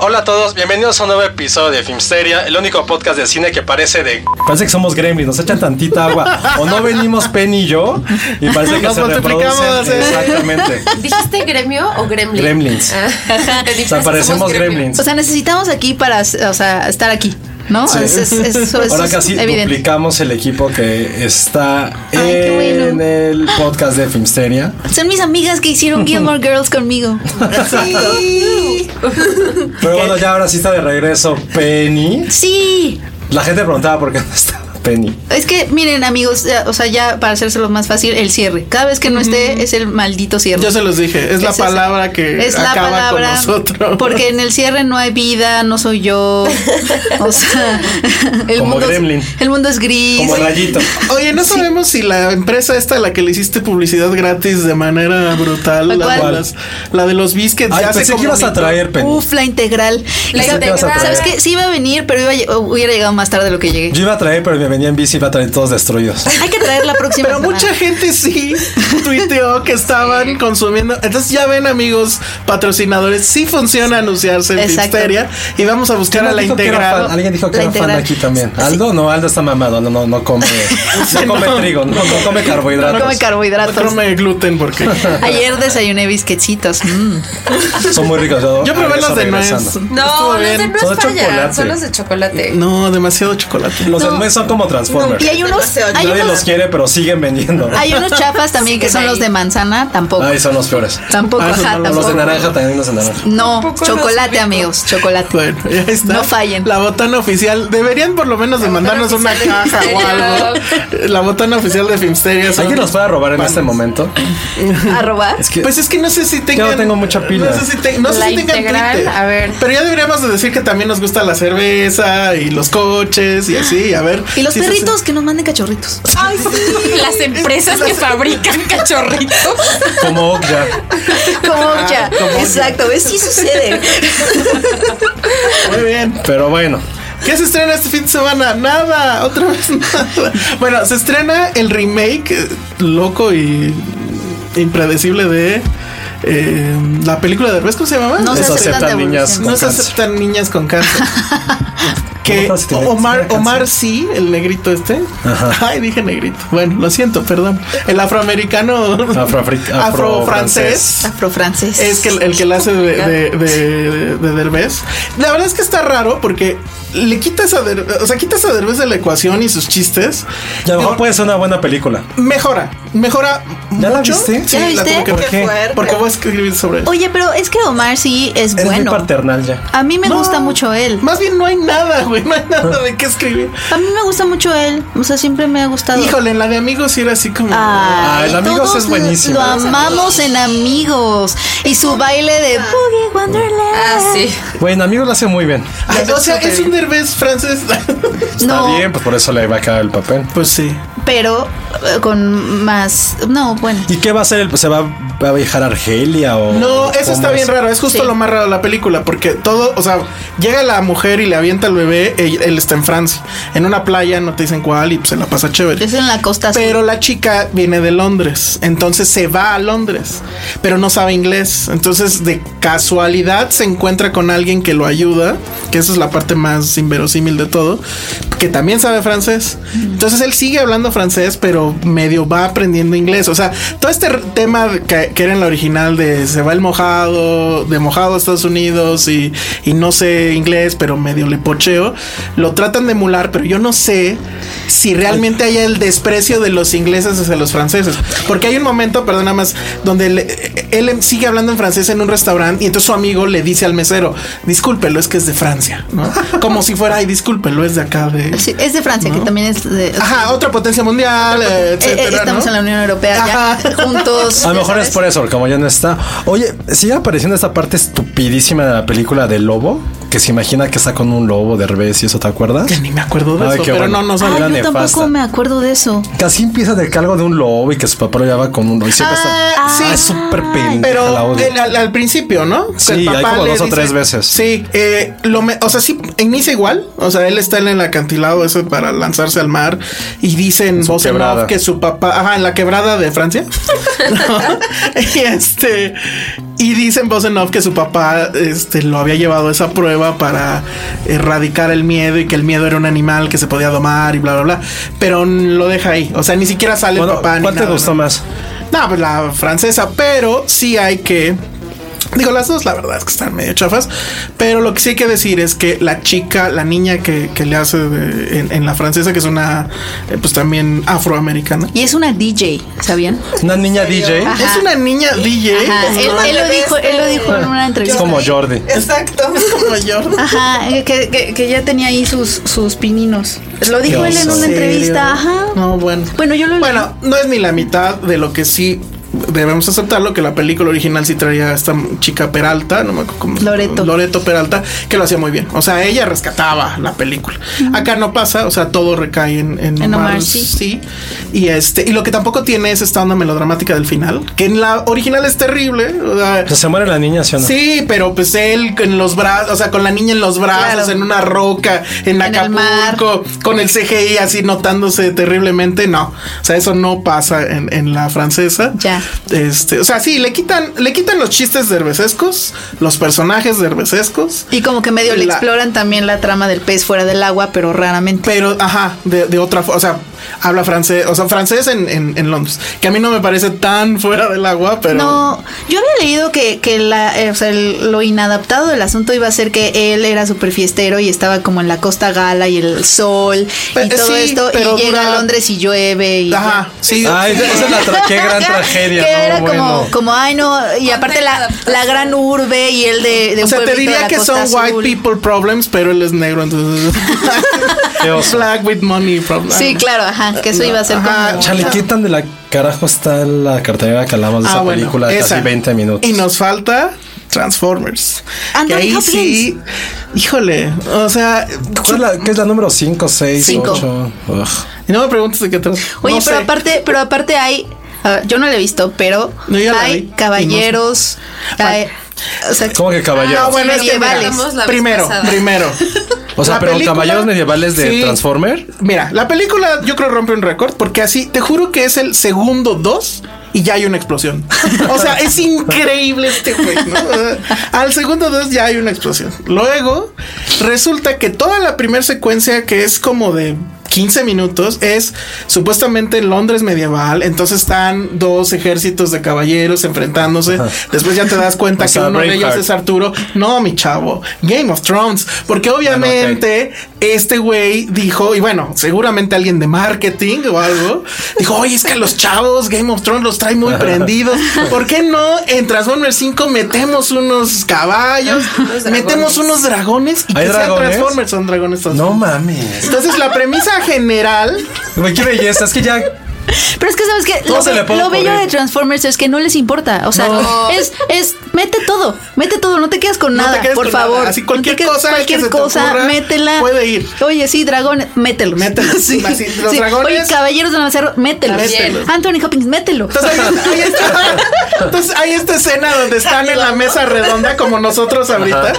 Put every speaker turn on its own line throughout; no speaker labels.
Hola a todos, bienvenidos a un nuevo episodio de Filmsteria, el único podcast de cine que parece de... Parece que somos gremlins, nos echan tantita agua, o no venimos Penny y yo, y parece que se reproducen.
eh.
Exactamente.
¿Dijiste gremio o gremlin?
Gremlins.
Ah, te dije,
O sea, parecemos
somos gremio.
gremlins.
O sea, necesitamos aquí para, o sea, estar aquí, ¿no?
Sí.
Es- es- Pues, eso es
Ahora casi
evidente.
duplicamos el equipo que está
Ay, qué bueno.
en el podcast de Filmsteria.
Son mis amigas que hicieron Gilmore Girls conmigo. Sí,
Pero bueno, ya ahora sí está de regreso Penny.
sí.
La gente preguntaba por qué no estaba Penny.
Es que miren amigos, ya, o sea, ya para hacérselo más fácil, el cierre. Cada vez que no esté es el maldito cierre.
Yo se los dije, es la
Es esa.
palabra que
Es la
acaba
palabra,
con nosotros.
Porque en el cierre no hay vida, no soy yo. O sea, el,
Como
mundo,
gremlin.
es, el mundo es gris.
Como rayito.
Oye, no sabemos si la empresa esta a la que le hiciste publicidad gratis de manera brutal,
¿La
la, de
cuál?
las- la de los biscuits,
Ay,
ya se
pensé que ibas a
comunicó.
traer Penny.
Uf, la integral.
La
Fíjate,
integral.
¿Sabes qué? Sí iba a venir, pero iba a lle- oh, hubiera llegado más tarde de lo que llegué.
Yo iba a traer, pero me venía en bici y iba a traer todos destruidos.
Hay que traer la próxima.
Pero
semana.
mucha gente sí tuiteó que estaban consumiendo. Entonces ya ven, amigos patrocinadores, sí funciona anunciarse en
Exacto.
Filmsteria y vamos a buscar a la
Alguien dijo que era fan-
integral.
Alguien dijo que
La
era fan
integral.
aquí también. Aldo, no, Aldo está mamado. No, no, no come. No come trigo, no, no come carbohidratos.
No come carbohidratos.
No me gluten porque
Ayer desayuné bisquechitos. mm.
Son muy ricos. Yo,
yo probé
regreso
las de nuez.
regresando.
Estuvo
No, los de
bien.
no
Son
es
de chocolate.
falla, son los de chocolate.
No, demasiado chocolate.
Los de nuez son como Transformers.
Y hay unos, hay
Nadie los
unos,
quiere, pero siguen vendiendo.
hay unos chafas también que son
ahí.
los de manzana, tampoco.
Ay, son los peores.
Tampoco,
Ah,
ajá,
no,
tampoco.
Los de naranja también, los de naranja.
No,
Tampoco los
chocolate,
ubico.
amigos, chocolate.
Bueno, ya está.
No fallen.
La botana oficial. Deberían por lo menos de mandarnos una
oficial de
caja o algo. La botana oficial de Filmsteria. son-
¿Alguien los puede robar en este momento?
¿A robar?
Es que
Pues es que no sé si tengan.
Yo no tengo mucha pila.
No sé si, te- no sé
La
si tengan
integral,
Twitter.
a ver.
Pero ya deberíamos de decir que también nos gusta la cerveza y los coches y así. A ver.
Y los
si se-
perritos que nos manden cachorritos.
Ay, sí. Las empresas que fabrican cachorritos.
como Okja.
Ah, Como ya. Exacto, ¿ves? Sí sucede.
Muy bien.
Pero bueno,
¿Qué se estrena este fin de semana? Nada. Otra vez nada. Bueno, se estrena el remake eh, loco y impredecible de. eh, la película de Herbes, ¿cómo se llamaba?
No se
eso
aceptan
aceptan niñas
devoluciones.
con
No se
cáncer.
aceptan niñas con cáncer. que
¿Cómo estás? ¿Tienes-
Omar,
tienes cáncer?
Omar sí, el negrito este. Ay, dije negrito. Bueno, lo siento, perdón. El afroamericano
Afroafri-
afrofrancés.
Afrofrancés.
Es que el, el que la hace de, de, de- de Derbez. La verdad es que está raro porque le quitas a Derbez, o sea, quitas a Derbez de la ecuación y sus chistes.
Y a lo mejor
Digo,
puede ser una buena película.
Mejora, mejora
¿Ya la
mucho.
viste?
Sí,
¿Ya la
la
viste?
tuve que ver.
Qué fuerte.
Porque
voy a escribir sobre él.
Oye, pero es que Omar sí es
Es muy
bueno.
paternal ya.
A mí me
No.
gusta mucho él.
Más bien no hay nada, güey. No hay
Ah.
nada de qué escribir.
A mí me gusta mucho él. O sea, siempre me ha gustado.
Híjole, en la de amigos sí era así como.
Ah. Ay,
Ah, el Amigos
todos
es buenísimo.
Lo amamos en Amigos. Y su baile de Boogie Wonderland.
Ah, sí.
Bueno, amigos lo hace muy bien.
Ay, o sea, es un derbez francés.
No,
Está bien, pues por eso le va a caer el papel.
pues sí.
pero eh, con más. No, bueno.
¿Y qué va a hacer? él? Pues, ¿Se va, va a viajar a Argelia o.?
No, eso
cómo
está
es?
bien raro. Es justo
Sí.
lo más raro de la película. Porque todo, o sea, llega la mujer y le avienta al bebé. Él, él está en Francia. En una playa, no te dicen cuál, y pues se la pasa chévere.
Es en la costa azul.
Pero la chica viene de Londres. Entonces se va a Londres. Pero no sabe inglés. Entonces, de casualidad, se encuentra con alguien que lo ayuda. Que esa es la parte más inverosímil de todo. Que también sabe francés. Entonces él sigue hablando francés, pero medio va aprendiendo inglés. O sea, todo este r- tema que, que era en la original de se va el mojado, de mojado a Estados Unidos y, y no sé inglés, pero medio le pocheo, lo tratan de emular, pero yo no sé si realmente haya el desprecio de los ingleses hacia los franceses. Porque hay un momento, perdón, nada más, donde le- él em, sigue hablando en francés en un restaurante y entonces su amigo le dice al mesero, discúlpelo, es que es de Francia, ¿no? Como si fuera, ay, discúlpelo, es de acá, de...
Sí, es de Francia, que también es de.
Ajá, otra potencia mundial, eh,
Eh, eh,
etcétera,
estamos
¿no?
en la Unión Europea ya,
Ajá.
juntos.
A lo
ya
mejor es
sabes.
por eso, porque como ya no está. Oye, sigue apareciendo esta parte estupidísima de la película del lobo, que se imagina que está con un lobo de revés y eso, ¿te acuerdas?
Ya ni me acuerdo de
Ay,
eso,
qué
pero
bueno.
no, no
Ay,
sale.
Era
Ah, yo
nefasta.
tampoco me acuerdo de eso.
Casi empieza de que algo de un lobo y que su papá lo lleva con un. Y siempre
Ah,
está.
sí.
Ah, es súper pendeja la
Pero
odio.
el- al, al principio, ¿no? Que
Sí,
el
hay como
le
dos o tres veces.
Sí, eh, lo me- o sea, sí, inicia igual. O sea, él está en el acantilado ese para lanzarse al mar y dice en
su
voz en
quebrada.
off que su papá, ajá, en la quebrada de Francia. ¿no? Y este, y dice en voz en off que su papá este, lo había llevado a esa prueba para erradicar el miedo y que el miedo era un animal que se podía domar y bla, bla, bla. Pero lo deja ahí. O sea, ni siquiera sale
Bueno,
el papá. ni
¿Cuál te
nada,
gustó
¿no?
más?
No, pues la francesa, pero sí hay que. Digo, las dos, la verdad es que están medio chafas. Pero lo que sí hay que decir es que la chica, la niña que, que le hace de- en, en la francesa, que es una, eh, pues también afroamericana.
Y es una DJ, ¿sabían?
Una niña DJ.
Ajá.
Es una niña DJ.
Ajá, él,
¿no?
él lo dijo, él lo dijo en una
Es
entrevista.
como Jordi.
Exacto, es como Jordan.
Ajá, eh, que, que- que ya tenía ahí sus, sus pininos. Lo dijo
Qué
él en
oso.
una entrevista,
¿En serio?
ajá.
No, bueno.
Bueno, yo lo
Bueno, no es ni la mitad de lo que sí debemos aceptarlo, que la película original sí traía a esta chica Peralta, no me acuerdo cómo se-
Loreto.
Loreto Peralta, que lo hacía muy bien. O sea, ella rescataba la película. Acá no pasa, o sea, todo recae en, en,
En Omar,
sí.
sí.
Y este, y lo que tampoco tiene es esta onda melodramática del final, que en la original es terrible. o sea,
O sea, se muere la niña, ¿sí o no?
Sí, pero pues él en los brazos, o sea, con la niña en los brazos,
Claro.
en una roca, en,
En el mar.
Acapulco, con el CGI así notándose terriblemente, no. O sea, eso no pasa en, en la francesa.
Ya.
Este, o sea, sí, le quitan, le quitan los chistes derbecescos, los personajes derbecescos.
Y como que medio le
La-
exploran también la trama del pez fuera del agua, pero raramente.
Pero, ajá, de, de otra forma, o sea, habla francés, o sea, francés en, en- en Londres, que a mí no me parece tan fuera del agua, pero...
No, yo había leído que, que la, eh, o sea, el- lo inadaptado del asunto iba a ser que él era súper fiestero y estaba como en la costa gala y el sol
Pe-
y todo
sí,
esto. Y
pero
llega
dura-
a Londres y llueve. Y
Ajá, sí.
Ay, esa es la tra- qué gran tragedia.
Que
no,
era
bueno.
como, como, ay, no. Y aparte la, la gran urbe y el de, de
O
un
sea, te
pueblito de
diría
la
que
Costa
son
Azul.
white people problems, pero él es negro, entonces.
Qué oso.
Black with money problems.
Sí, claro, ajá, que eso iba a ser
Ah. Ajá,
como...
Chale, ¿qué tan de la carajo está la cartelera que hablamos de
Ah,
esa
bueno,
película de
esa.
casi 20 minutos?
Y nos falta Transformers.
Anthony
Que ahí
Hopkins.
sí. Híjole, o sea,
¿Cuál es la, ¿Qué es la número 5, 6,
Cinco.
8?
no me preguntes de qué trans.
Oye,
no
pero
sé.
aparte, pero aparte hay, ah, yo no lo he visto, pero
No, yo la vi,
hay
y no sé.
caballeros, hay- o sea, Ah,
¿Cómo que caballeros?
No, Ah, bueno, es que mira,
medievales.
Hablamos la vez
primero,
pasada.
primero.
o sea,
La
pero
película-
caballeros medievales de
Sí.
Transformer.
Mira, la película yo creo rompe un récord porque así, te juro que es el segundo dos y ya hay una explosión. O sea, es increíble este güey, ¿no? Al segundo dos ya hay una explosión. Luego, resulta que toda la primera secuencia que es como de 15 minutos. Es supuestamente Londres medieval. Entonces están dos ejércitos de caballeros enfrentándose. Después ya te das cuenta
O
que
sea,
uno de ellos
Braveheart.
es Arturo. No, mi chavo. Game of Thrones.
Ah,
Porque obviamente este güey dijo, y bueno, seguramente alguien de marketing o algo, dijo, oye, es que los chavos Game of Thrones los trae muy prendidos. ¿Por qué no en Transformers 5 metemos unos caballos, metemos unos dragones y que
¿Hay
sean
dragones?
Transformers? Son dragones
No
Transformers.
mames.
Entonces la premisa general
Güey, qué belleza. Es que ya.
Pero es que sabes que
No
lo,
se
be-
le puede
lo bello
ocurrir.
de Transformers es que no les importa. O sea, es, es mete todo, mete todo, no te quedas con
No te
nada,
quedes
por
con
favor.
nada. Así
No
cualquier
te quedes-
cosa que
cualquier
se te
cosa,
ocurra
métela.
puede ir.
Oye, sí, dragón, mételos.
Mételos.
Sí,
Así, los
sí.
dragones-
Oye, caballeros de Navarro, mételos.
Mételos.
Anthony Hopkins, mételo.
Entonces hay, hay esta, entonces, hay esta escena donde están en la mesa redonda como nosotros ahorita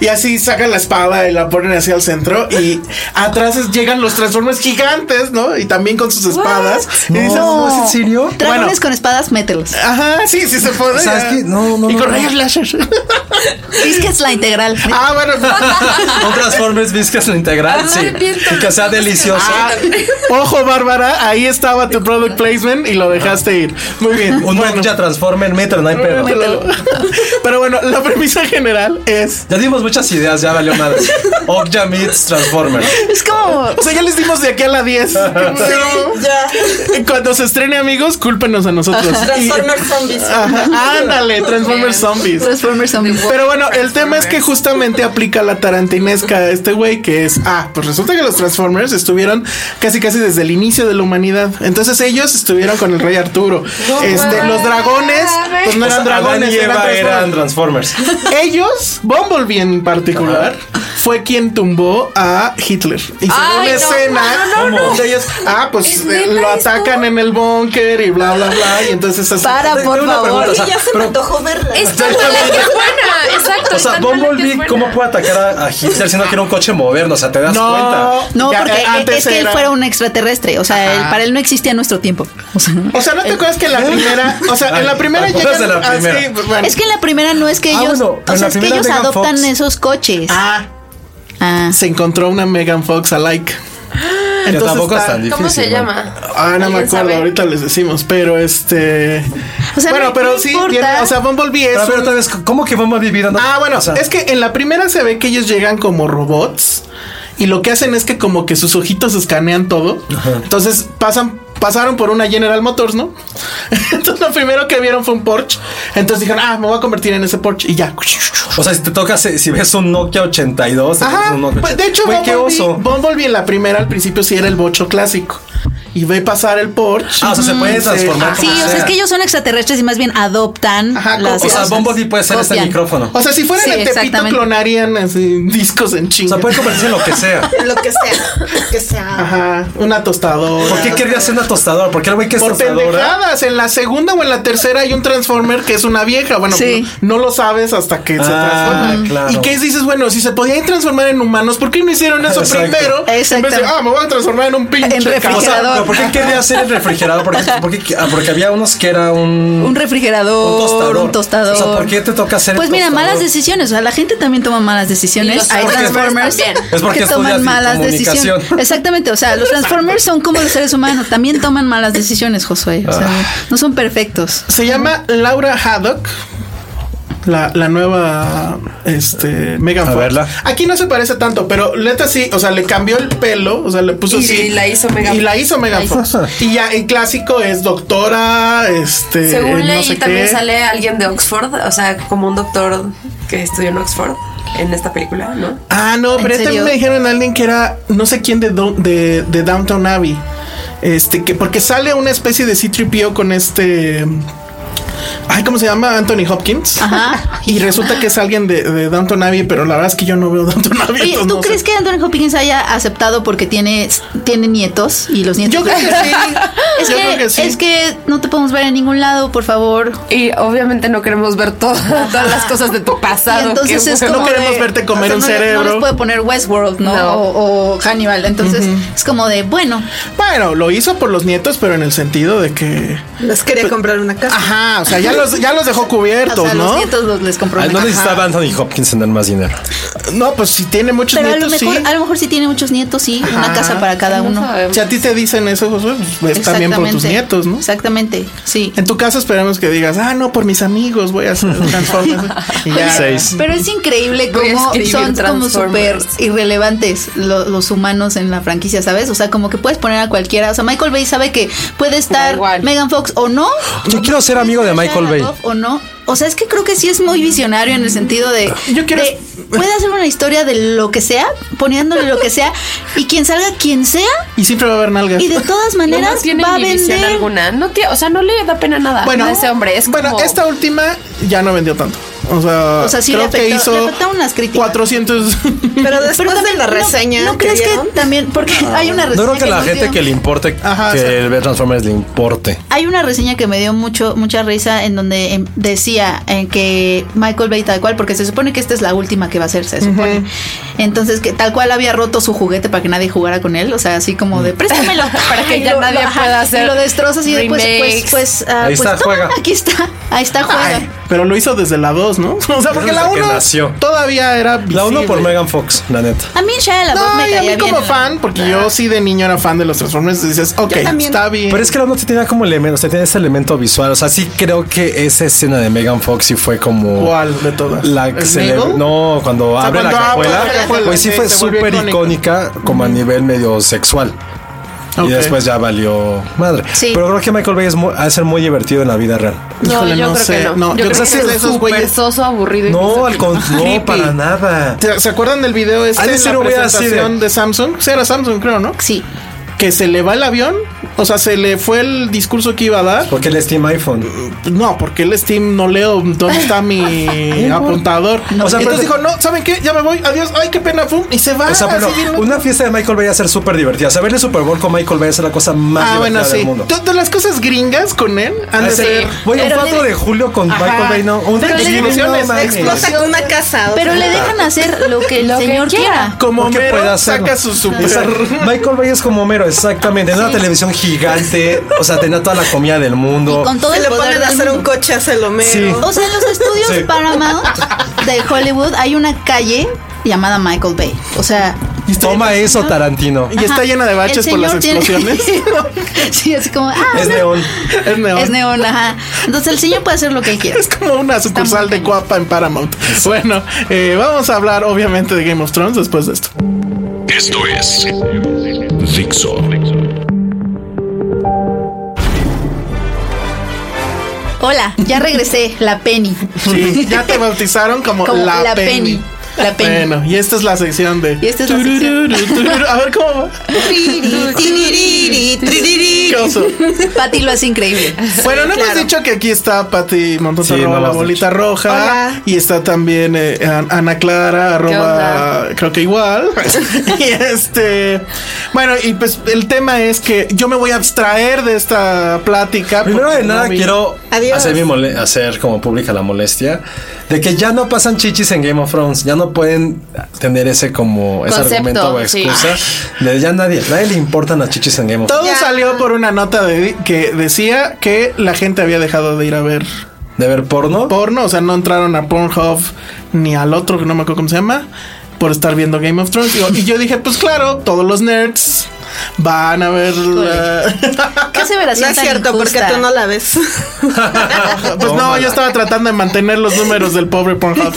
y así sacan la espada y la ponen hacia el centro y atrás es- llegan los transformes gigantes, ¿no? Y también con sus espadas. Y dices,
No, ¿es en serio?
Dragones
Bueno.
con espadas, mételos.
Ajá, sí, sí se puede.
¿Sabes
ya.
qué? No, no,
Y
no,
con
no.
rayos láser.
Es que es la integral.
Ah, bueno.
Un Transformers Viscas lo integral, sí. Y que sea delicioso.
Ah, ojo, Bárbara, ahí estaba tu product placement y lo dejaste ir. Muy bien.
Un
bueno.
Mac ya transforma en metro, no hay pedo.
Pero bueno, la premisa general es
Ya dimos muchas ideas, ya valió madre. Okja meets Transformer.
Es como.
O sea, pues, ya les dimos de aquí a la 10. Pero
Ya.
cuando se estrene, amigos, cúlpenos a nosotros. Y-
Transformers zombies.
Ajá, ándale, Transformers Zombies.
Transformers zombies.
Pero bueno, el tema es que justamente aplica la tarantinesca a este güey que es, ah, pues resulta que los Transformers estuvieron casi casi desde el inicio de la humanidad. Entonces ellos estuvieron con el rey Arturo. este, los dragones, pues no eran dragones,
Adán y
eran
Eva eran
Transformers.
Transformers.
Ellos, Bumblebee en particular, fue quien tumbó a Hitler. Y según
Ay, no,
escena,
no,
no, no.
de ellos, ah, pues eh, lo atacan en el búnker y bla, bla, bla. Y entonces así.
Para,
Tengo
Ah, por
una
favor.
pregunta, o sea,
ya se me
pero-
antojó verla.
Es tan mala que es buena. Exacto.
O
es
sea,
tan mala que es
Bumblebee,
buena.
¿cómo puede atacar a, a Hitler si no quiere un coche moderno? O sea, te das
No,
cuenta.
No,
ya,
porque
eh, antes
es que él
era-
fuera un extraterrestre. O sea, él-
Ajá.
para él no existía nuestro tiempo. O sea,
O sea, ¿no te acuerdas que en la primera? O sea, en la primera
Ay, acuérdate de la primera.
así, pues, bueno.
Es que en la primera no es que
Ah,
ellos,
bueno, en
o
la
sea, es que
primera
ellos
Megan
adoptan
Fox.
esos coches.
Ah,
Ah.
se encontró una Megan Fox alike.
Que tampoco es
está-
tan difícil.
¿Cómo se
¿no?
llama?
Ah, no me
¿Alguien
acuerdo,
sabe?
ahorita les decimos, pero este.
O sea,
bueno,
no-
pero
no
sí,
importa.
tiene- o sea, Bumblebee es.
Pero a ver,
un-
otra vez, ¿cómo que Bumblebee vivir
Ah, bueno,
o sea,
es que en la primera se ve que ellos llegan como robots y lo que hacen es que como que sus ojitos escanean todo. Entonces pasan pasaron por una General Motors, ¿no? Entonces lo primero que vieron fue un Porsche. Entonces dijeron, "Ah, me voy a convertir en ese Porsche" y ya.
O sea, si te tocas, eh, si ves un Nokia 82, te tocas
Ajá.
un Nokia
Pues, de hecho,
Güey, qué
Bumblebee,
oso.
Bumblebee en la primera al principio sí era el bocho clásico. Y ve pasar el Porsche. Mm,
Ah, o sea, se puede
Sí.
transformar.
Sí,
como
o sea, es que ellos son extraterrestres y más bien adoptan
Ajá,
las
o sea,
cosas.
Bumblebee puede ser este
Copian.
micrófono.
O sea, si fueran
Sí,
el Tepito
exactamente.
clonarían así, discos en
O
chinga.
sea, puede convertirse en lo que sea.
Lo que sea. Que sea.
Ajá, una tostadora.
¿Por qué querría ser una tostadora? ¿Por qué el güey que es
Por
tostadora?
pendejadas, en la segunda o en la tercera hay un Transformer que es una vieja. Bueno, pues,
Sí.
no lo sabes hasta que se
Ah,
transforma.
claro.
Y que dices, bueno, si se podían transformar en humanos, ¿por qué no hicieron eso
Exacto.
primero? En vez de,
Exacto.
ah, me voy a transformar en un pinche
En
cabrón".
O sea,
refrigerador.
¿pero ¿por qué quería ser el refrigerador? ¿Por qué- por qué- ah, porque había unos que era un.
Un refrigerador,
Un
un
tostador.
tostador.
O sea, ¿por qué te toca ser el
Pues mira,
tostador?
malas decisiones. O sea, la gente también toma malas
Y los
decisiones. Hay
Transformers
Transformers
también.
Es porque
que toman
estudias
malas
comunicación.
decisiones. Exactamente. O sea, los Transformers son como los seres humanos. También toman malas decisiones, Josué. O sea,
Ah.
no son perfectos.
Se llama Laura Haddock. La, la nueva este Megan
A
Fox.
verla.
Aquí no se parece tanto, pero neta sí, o sea, le cambió el pelo, o sea, le puso
Y
así.
la hizo Megan
Y la hizo Megan
La hizo.
Fox. Y ya el clásico es doctora, este
Según
no
leí,
sé
también
qué.
sale alguien de Oxford, o sea, como un doctor que estudió en Oxford en esta película, ¿no?
Ah, no,
¿En
pero también
serio?
me dijeron a alguien que era no sé quién de, Dow- de, de Downtown Abbey. Este, que porque sale una especie de C-3PO con este. Ay, ¿cómo se llama? Anthony Hopkins.
Ajá.
Y resulta que es alguien de, de Downton Abbey, pero la verdad es que yo no veo Downton Abbey.
Oye,
entonces
¿tú
no
crees
sé.
que Anthony Hopkins haya aceptado porque tiene, tiene nietos y los nietos?
Yo creo que sí.
Es
Yo
que,
creo que sí.
es que no te podemos ver en ningún lado, por favor.
Y obviamente no queremos ver todo- todas las cosas de tu
Y
pasado.
entonces
qué
es
bueno.
como
No queremos
de-
verte comer un
no le- No
cerebro.
les puede poner Westworld, ¿no?
No.
O, o Hannibal. Entonces es como de, bueno,
Bueno, lo hizo por los nietos, pero en el sentido de que.
Les quería comprar una casa.
Ajá, o sea, ya los, ya los dejó cubiertos,
O sea,
¿no?
los nietos los- les
Ay,
comprometen.
Ah, no necesitaba
Ajá.
Anthony Hopkins tener más dinero.
No, pues si tiene muchos
Pero a lo,
nietos,
mejor,
sí.
a lo mejor sí tiene muchos nietos, sí. Una
Ajá.
casa para cada uno.
Si a ti te dicen eso, Josué, pues está bien por tus
Exactamente.
nietos, ¿no?
Exactamente, sí.
En tu caso esperemos que digas, ah, no, por mis amigos voy a hacer Transformers. Y ya.
Pero es increíble
Voy a
cómo
escribir
son como súper
Transformers.
irrelevantes lo- los humanos en la franquicia, ¿sabes? O sea, como que puedes poner a cualquiera. O sea, Michael Bay sabe que puede estar Megan Fox o no.
Yo quiero ser amigo de Michael Bay.
Off o no. O sea, es que creo que sí es muy visionario en el sentido de.
Yo quiero-
de, puede hacer una historia de lo que sea, poniéndole lo que sea, y quien salga, quien sea,
Y siempre va a haber nalgas.
y de todas
No,
maneras
no tiene
va a
ni visión
vender.
alguna. No tie- o sea, no le da pena nada
Bueno,
a ese hombre. Es
bueno,
como-
esta última ya no vendió tanto. O sea,
O sea, sí
creo
le afectó,
que
le
hizo
afectaron las críticas.
400.
Pero después
Pero también
de la
no-
reseña.
¿No,
que
crees que
dieron,
también? Porque hay una
Ah, No
reseña.
creo que la
nos
gente
dio-
que le importe
Ajá,
que
o sea.
el ver Transformers le importe.
Hay una reseña que me dio mucho mucha risa en donde em, decía en que Michael Bay tal cual, porque se supone que esta es la última que va a hacer, se supone. Entonces que tal cual había roto su juguete para que nadie jugara con él, o sea, así como de préstamelo
Para que
Y
ya nadie
ajá,
pueda hacer
y lo destrozas y después pues
remakes.
pues, ah,
Ahí
pues,
está,
toma,
juega.
Aquí está, ahí está juega.
Pero lo hizo desde la 2, ¿no? O sea, porque
Desde
la
que
1
nació.
todavía era
La uno por
visible.
Megan Fox, la neta.
A mí Shia la
No,
me
y a
caía
mí
bien.
como fan, porque yo sí de niño era fan de los Transformers, dices, ok,
también.
está bien.
Pero es que la uno sí tenía como elemento, o sea, tenía ese elemento visual. O sea, sí creo que esa escena de Megan Fox sí fue como.
¿Cuál de todas?
La que
¿El
se le-
Meagle?
No, cuando
sea,
abre
cuando
la
abre
cajuela,
la cajuela,
pues sí
sí,
fue
se volvió
súper icónica, como a nivel medio sexual.
Ok.
Y después ya valió madre.
Sí.
Pero creo que Michael Bay es mu- ha de ser muy divertido en la vida real.
No,
Híjole,
yo
no
creo
sé.
que no.
No, yo
yo
creo
creo
que
que es
de
de
esos güeyes-
soso, aburrido. y
No, al
pues,
misógino.
con- no,
Creepy.
para nada.
¿Se, se acuerdan del video este
Ha de
de
ser
la
un güey así de-
presentación de Samsung? Sí, era Samsung, creo, ¿no?
Sí.
Que se le va el avión, o sea, se le fue el discurso que iba a dar.
Porque el Steam iPhone.
No, porque el Steam no leo dónde está mi apuntador.
O sea,
entonces
pero-
dijo, no, ¿saben qué? Ya me voy, adiós, ay, qué pena, fum, y se va.
O sea, pero
así bien-
una fiesta de Michael Bay va a ser súper divertida. O sea, ver el Super Bowl con Michael Bay es la cosa más
Ah,
divertida
bueno,
del
sí.
mundo.
Todas las cosas gringas con él han de
Sí.
ser.
Voy a un
Pero
4 de julio con
Ajá.
Michael Bay, no. Un
Pero le-
no,
Explosiones,
mames.
explosiones.
una casa. o
Pero
sea,
le dejan hacer lo que el
Lo que
señor
quiera.
quiera.
Como
Porque puede
Homero
hacerlo.
saca su super.
Exacto. Michael Bay es como Homero, exactamente. En una televisión gigante, o sea, tenía toda la comida del mundo.
Y con todo el poder del mundo.
coche a Salomero.
Sí.
O sea, en los estudios
Sí.
Paramount de Hollywood hay una calle llamada Michael Bay. O sea,
Toma eso, Tarantino.
Y está
ajá,
llena de baches
el
por las
señor tiene-
explosiones.
sí, así como, ah,
Es
no,
neón.
es neón.
es neón, ajá. Entonces el señor puede hacer lo que él quiera.
Es como una sucursal de Cuapa en Paramount. Bueno, eh, vamos a hablar obviamente de Game of Thrones después de esto.
Esto es Dixo.
Hola, ya regresé, la Penny.
Sí, ya te bautizaron como,
Como
la,
la
Penny.
Penny, la Penny.
Bueno, y esta es la sección de.
Y esta es la
Turururu, turururu. A ver cómo va. Qué oso.
Patty lo hace increíble.
Bueno, no hemos
claro.
dicho que aquí está Pati Montón
Sí,
arroba
no lo
la
has
bolita roja.
Hola.
Y está también eh, An- Ana Clara, arroba, creo que igual. y este. Bueno, y pues el tema es que yo me voy a abstraer de esta plática.
Primero
porque
de nada,
no vi-
quiero
Adiós.
hacer, mi mole- hacer como pública la molestia de que ya no pasan chichis en Game of Thrones. Ya no pueden tener ese como ese
Concepto,
argumento o
sí.
excusa de ya nadie, nadie le importan las chichis en Game of
Todo
Thrones.
salió por una nota de- que decía que la gente había dejado de ir a ver
De ver porno.
porno, o sea, no entraron a Pornhub ni al otro que no me acuerdo cómo se llama por estar viendo Game of Thrones. Digo, Y yo dije, pues claro, todos los nerds van a ver. la-
Qué aseveración tan injusta.
la ves.
pues no, yo estaba tratando de mantener los números del pobre Pornhub.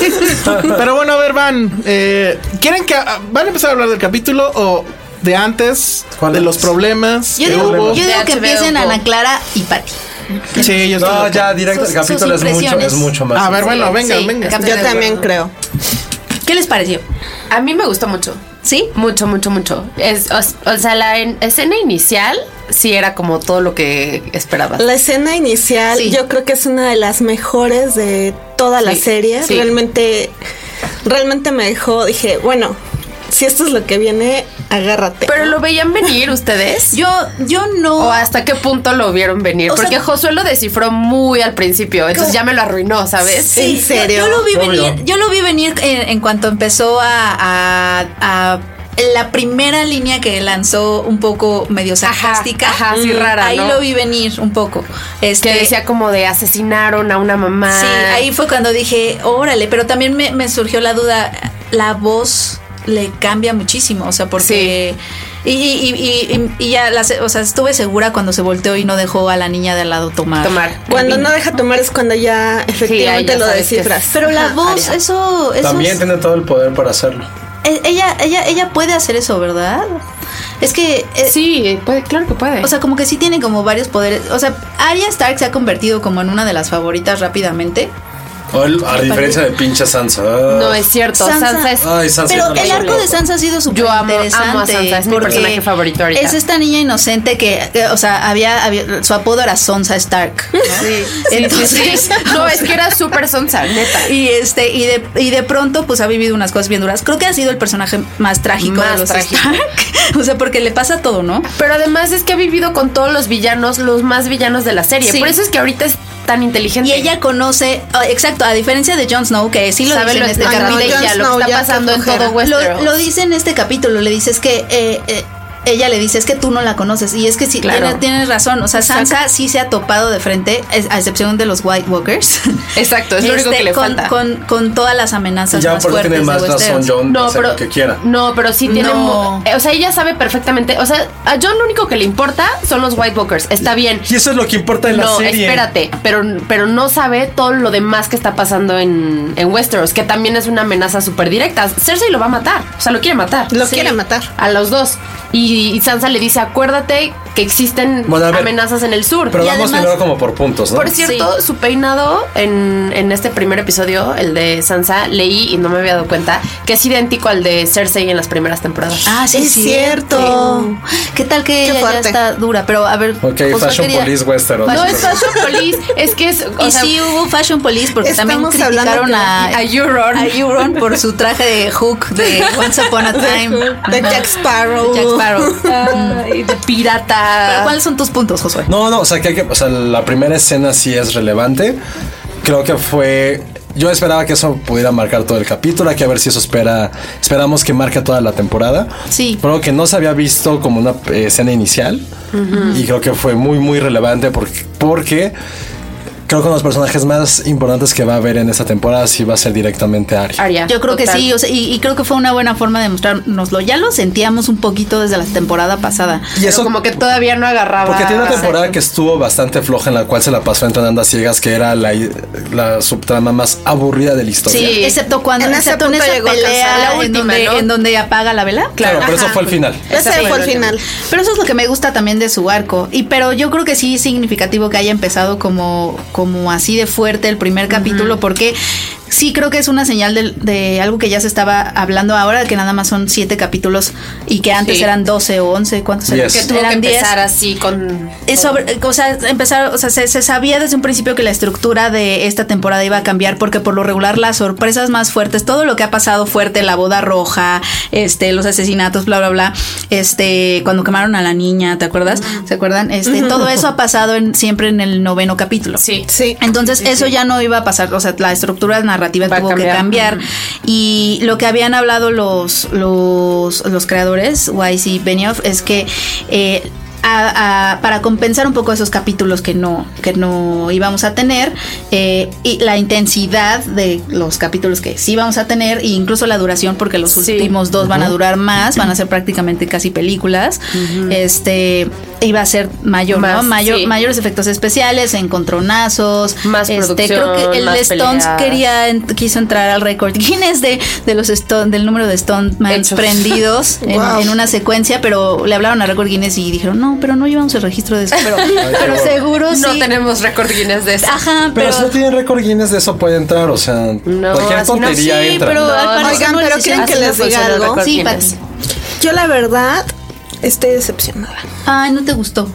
Pero bueno, a ver, van. eh, ¿Quieren que ah, van a empezar a hablar del capítulo o de antes,
¿Cuál
de los
antes?
problemas
Yo
que
digo,
hubo?
yo digo que
HBO
empiecen
Go.
Ana Clara y Patty.
sí, yo
No,
estoy-
ya directo.
Sus-
el capítulo
sus
es mucho, es
impresiones.
mucho más.
A ver, bueno, venga,
Sí,
venga.
capítulo de acuerdo.
creo.
¿Qué les pareció?
A mí me gustó mucho.
¿Sí?
Mucho, mucho, mucho. Es, o, o sea, la en- escena inicial sí era como todo lo que esperabas.
La escena inicial
Sí.
yo creo que es una de las mejores de toda la
Sí,
serie.
sí.
Realmente, realmente me dejó, dije, bueno, si esto es lo que viene, agárrate.
Pero lo veían venir ustedes.
Yo, yo no.
¿O hasta qué punto lo vieron venir?
O sea-
Porque Josué lo descifró muy al principio, entonces ya me lo arruinó, ¿sabes?
¿En
yo-
serio?
Yo, lo vi
Obvio.
venir, yo lo vi venir en, en cuanto empezó a, a- a la primera línea que lanzó un poco medio sarcástica.
ajá, sí,
mm,
rara,
Ahí
¿no?
lo vi venir un poco. Este,
Que decía como de asesinaron a una mamá.
Sí,
"Ah".
ahí fue cuando dije, órale, pero también me, me surgió la duda, la voz le cambia muchísimo, o sea, porque... Y, y- y- y- y ya, las- o sea, estuve segura cuando se volteó y no dejó a la niña de al lado tomar.
Cuando no deja tomar es cuando ya efectivamente
ya
lo
sabes que
descifras.
es- Pero la voz, eso, eso
También
es-
tiene todo el poder para hacerlo.
e- ella, ella, ella puede hacer eso, ¿verdad? Es que...
Eh,
eh,
sí, puede, claro que puede.
O sea, como que sí tiene como varios poderes. O sea, Arya Stark se ha convertido como en una de las favoritas rápidamente.
O el- a diferencia de pinche Sansa. Ah.
No es cierto, Sansa, es.
Ay, Sansa
pero
es una
el arco
loca.
de Sansa ha sido súper interesante.
amo a Sansa, es mi personaje favorito ahorita.
Es esta niña inocente que, eh, o sea, había, había- su apodo era Sansa Stark. ¿no? Entonces,
No, es que era súper sonsa, neta.
Y este, y de, y de pronto, pues ha vivido unas cosas bien duras. Creo que ha sido el personaje más trágico de
Más
los
trágico.
Stark. O sea, porque le pasa todo, ¿no?
Pero además es que ha vivido con todos los villanos, los más villanos de la serie.
Sí.
Por eso es que ahorita es tan inteligente.
Y ella conoce, ah, exacto, a diferencia de Jon Snow, que sí lo
Sabe
dice
lo
en este
que
capítulo.
vive ella, lo que está pasando en todo Westeros.
Lo, lo dice en este capítulo, le dice es que eh, eh, ella le dice es que tú no la conoces. Y es que sí,
Claro.
tiene- tienes razón. O sea, Sansa sí se ha topado de frente, es- a excepción de los White Walkers. Este,
Exacto, es lo único que le
con,
falta.
Con, con todas las amenazas
Ya
más
por eso
fuertes
tiene más
de
razón
Westeros.
John
No,
no, hacer
pero-
lo que quiera.
No, pero sí tiene.
No.
mu- eh, O sea, ella sabe perfectamente. O sea, a John lo único que le importa son los White Walkers. Está bien.
Y eso es lo que importa en la
No,
serie.
espérate, pero, pero no sabe todo lo demás que está pasando en, en Westeros, que también es una amenaza súper directa. Cersei lo va a matar, o sea, lo quiere matar.
Lo
Sí.
quiere matar.
A los dos. Y, y Sansa le dice, acuérdate que existen
Bueno, a ver,
amenazas en el sur.
Pero
Y
vamos
además-
primero como por puntos, ¿no?
por cierto, su peinado en, en este primer episodio, el de Sansa, leí y no me había dado cuenta que es idéntico al de Cersei en las primeras temporadas.
Ah, sí,
Es cierto.
¿Qué tal que ella ya
fuerte.
está dura? Pero a ver.
Ok,
Josué
Fashion
quería-
Police Westeros.
No es Fashion Police, es que es. o
Y
sea,
sí hubo Fashion Police porque también
Estamos hablando
criticaron
que-
a,
a Euron.
a Euron por su traje de Hook de Once Upon a Time.
De Jack Sparrow.
Jack Sparrow.
Ay, de
Pero,
pirata.
¿Cuáles son tus puntos, Josué?
No, no, o sea, que, hay que- o sea, la primera escena sí es relevante. Creo que fue. Yo esperaba que eso pudiera marcar todo el capítulo. Hay que ver si eso espera. Esperamos que marque toda la temporada.
Sí.
Pero que no se había visto como una eh, escena inicial. Y creo que fue muy, muy relevante porque. porque Creo que uno de los personajes más importantes que va a haber en esta temporada sí va a ser directamente Arya.
Arya,
Yo creo que
total.
sí, o sea, y, y creo que fue una buena forma de mostrárnoslo. Ya lo sentíamos un poquito desde la temporada pasada.
Y eso-
como que todavía no agarraba.
Porque tiene una temporada
Exacto.
que estuvo bastante floja en la cual se la pasó entrenando a ciegas, que era la, la subtrama más aburrida de la historia.
Sí.
Excepto cuando
En ese
excepto en
punto
esa
llegó a
pelea
alcanzar la
en,
última,
donde,
¿no?
en donde apaga la vela.
Claro, pero eso fue el final.
Ese
Sí.
fue el final.
Pero eso es lo que me gusta también de su arco. Y pero yo creo que sí es significativo que haya empezado como, como así de fuerte el primer capítulo, porque sí creo que es una señal del- de, algo que ya se estaba hablando ahora, que nada más son siete capítulos y que antes
Sí.
eran 12 o 11, ¿cuántos eran?
Diez. Que
Tuvo que
Eran diez.
empezar así con.
Es sobre- eh, o sea, empezar, o sea, se, se sabía desde un principio que la estructura de esta temporada iba a cambiar porque por lo regular las sorpresas más fuertes, todo lo que ha pasado fuerte, la boda roja, este, los asesinatos, bla, bla, bla, este, cuando quemaron a la niña, ¿te acuerdas? ¿Se acuerdan? Este, todo eso ha pasado en, siempre en el noveno capítulo.
Sí.
Sí.
Entonces eso ya no iba a pasar, o sea, la estructura narrativa
Va a
tuvo que
cambiar.
cambiar y lo que habían hablado los los, los creadores, Wise y Benioff, es que eh, a- a- para compensar un poco esos capítulos que no que no íbamos a tener eh, y la intensidad de los capítulos que sí vamos a tener e incluso la duración porque los
Sí.
últimos dos van a durar más, van a ser prácticamente casi películas, este iba a ser mayor,
Más,
¿no? Mayor,
sí.
mayores efectos especiales, encontronazos, este,
Más producción,
creo que el
más
Stones
peleas.
quería en- quiso entrar al récord Guinness de, de los Stone- del número de Stonemans
Hechos.
prendidos en,
Wow.
en una secuencia, pero le hablaron al récord Guinness y dijeron, no, pero no llevamos el registro de eso, pero, pero
horror.
seguro sí.
No tenemos récord Guinness de eso.
Ajá,
Pero,
pero,
si no tienen récord Guinness de eso puede entrar, o sea, cualquier
así no,
tontería
sí,
entra.
pero al
No,
parecer
oigan,
no
pero
les
¿quieren
hicieron-
que
así
les
no
diga
funcionó el
algo?
récord
Sí,
Guinness.
Yo la verdad estoy decepcionada.
Ay, no te gustó.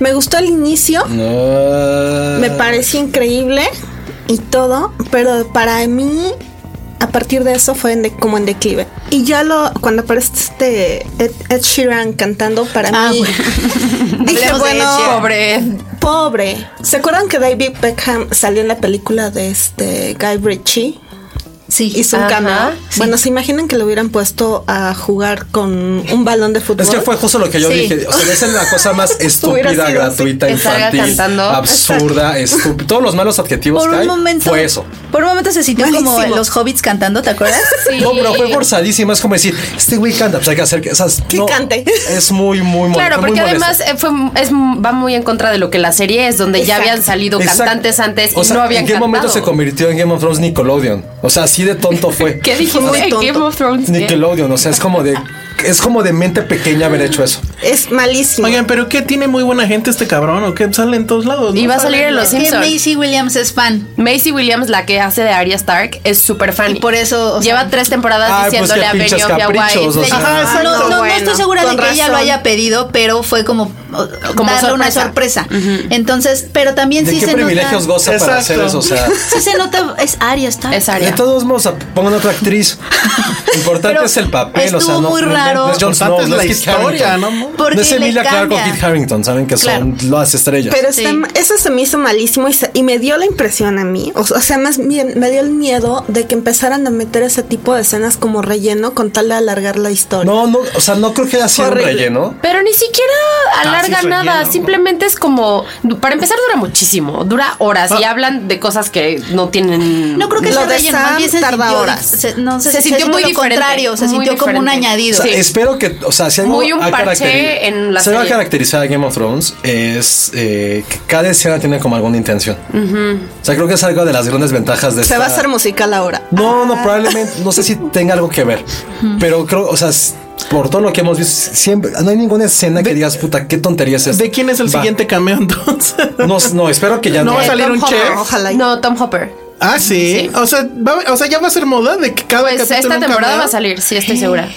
Me gustó el inicio,
No.
me pareció increíble y todo, pero para mí a partir de eso fue en de- como en declive. Y ya lo cuando aparece este Ed, Ed Sheeran cantando para
Ah,
mí
bueno.
dije
Hablemos de Ed
bueno
Sheeran.
pobre se acuerdan que David Beckham salió en la película de este Guy Ritchie Sí. Hizo un
Ajá,
cano. Bueno, ¿se imaginan que lo hubieran puesto a jugar con un balón de fútbol?
Es que fue justo lo que yo
Sí.
dije. O sea, es la cosa más
Hubiera
estúpida,
sido así.
gratuita,
Que salga
infantil,
cantando.
absurda, estúpida. Todos los malos adjetivos
Por
que
un
hay
momento.
fue eso.
Por un momento se sintió como
Malísimo.
los hobbits cantando, ¿te acuerdas?
No, pero fue forzadísimo. Es como decir, este güey canta, pues hay que hacer que esas. no, Es muy, muy mo-
Claro,
fue muy
porque
molesto.
además eh, fue, es, va muy en contra de lo que la serie es, donde ya habían salido
Exacto.
cantantes antes
O sea,
y no habían
¿en qué
cantado.
momento se convirtió en Game of Thrones Nickelodeon? O sea, así de tonto fue.
¿Qué dijiste? Game of Thrones.
Nickelodeon, o sea, es como de es como de mente pequeña haber hecho eso.
Es malísimo.
Oigan, pero ¿qué tiene muy buena gente este cabrón? ¿O qué sale en todos lados?
Y
¿No
va a
sale
salir en Los
nada?
Simpsons.
Maisie Williams es fan.
Maisie Williams, la que hace de Arya Stark, es súper fan. Y por
eso.
Lleva tres temporadas
Ay, pues,
diciéndole
qué
a
pinches
Benny of Hawaii.
caprichos, o sea. Ajá,
no, no, no estoy segura de que ella lo haya pedido, pero fue como, o,
Como
darle una sorpresa. Entonces, pero también
¿De
sí
qué
se nota.
privilegios goza para hacer eso? O sea,
Sí se nota, es Aria está. Es
de todos modos, pongan otra actriz. Lo importante
Pero
es el papel, o sea,
estuvo
no,
muy
no- no
raro.
es Jon Snow,
Importante es
no
la
es Kit
historia,
Harington.
¿no?
No
Porque
es
le
Emilia Clarke o
cambia.
Kit Harrington, saben que son las estrellas.
Pero está- eso se me hizo malísimo y, se- y me dio la impresión a mí, o, o sea, más bien me dio el miedo de que empezaran a meter ese tipo de escenas como relleno con tal de alargar la historia.
No, no, o sea, no creo que haya sido un relleno.
Pero ni siquiera alarga
Ah, sí,
nada,
relleno.
simplemente es como para empezar dura muchísimo, dura horas y hablan de cosas que no tienen
No creo que
lo
sea
de
relleno, más
Sam
bien se
tarda
sintió-
horas.
se- no, se- se sintió lo
diferente,
contrario, se
muy
sintió como un
diferente.
añadido.
O sea,
Sí.
espero que, o sea, si algo
Muy un
ha
parche
caracteri-
en la
si algo ha
serie.
caracterizado a Game of Thrones es eh, que cada escena tiene como alguna intención. O sea, creo que es algo de las grandes ventajas de
Se
esta-
va a hacer musical ahora.
No, no, probablemente, no sé si tenga algo que ver, pero creo, o sea, s- por todo lo que hemos visto, siempre, no hay ninguna escena que digas, puta, qué tontería es esta.
¿De quién es el
Va.
siguiente cameo entonces?
No, no, espero que ya
¿No va a salir
Tom
un
Hopper,
chef?
ojalá. No, Tom Hopper.
Ah, sí. O, sea, va- o sea, ya va a ser moda de que cada
Pues
capítulo
esta
un
temporada
cameo.
va a salir, sí, estoy segura.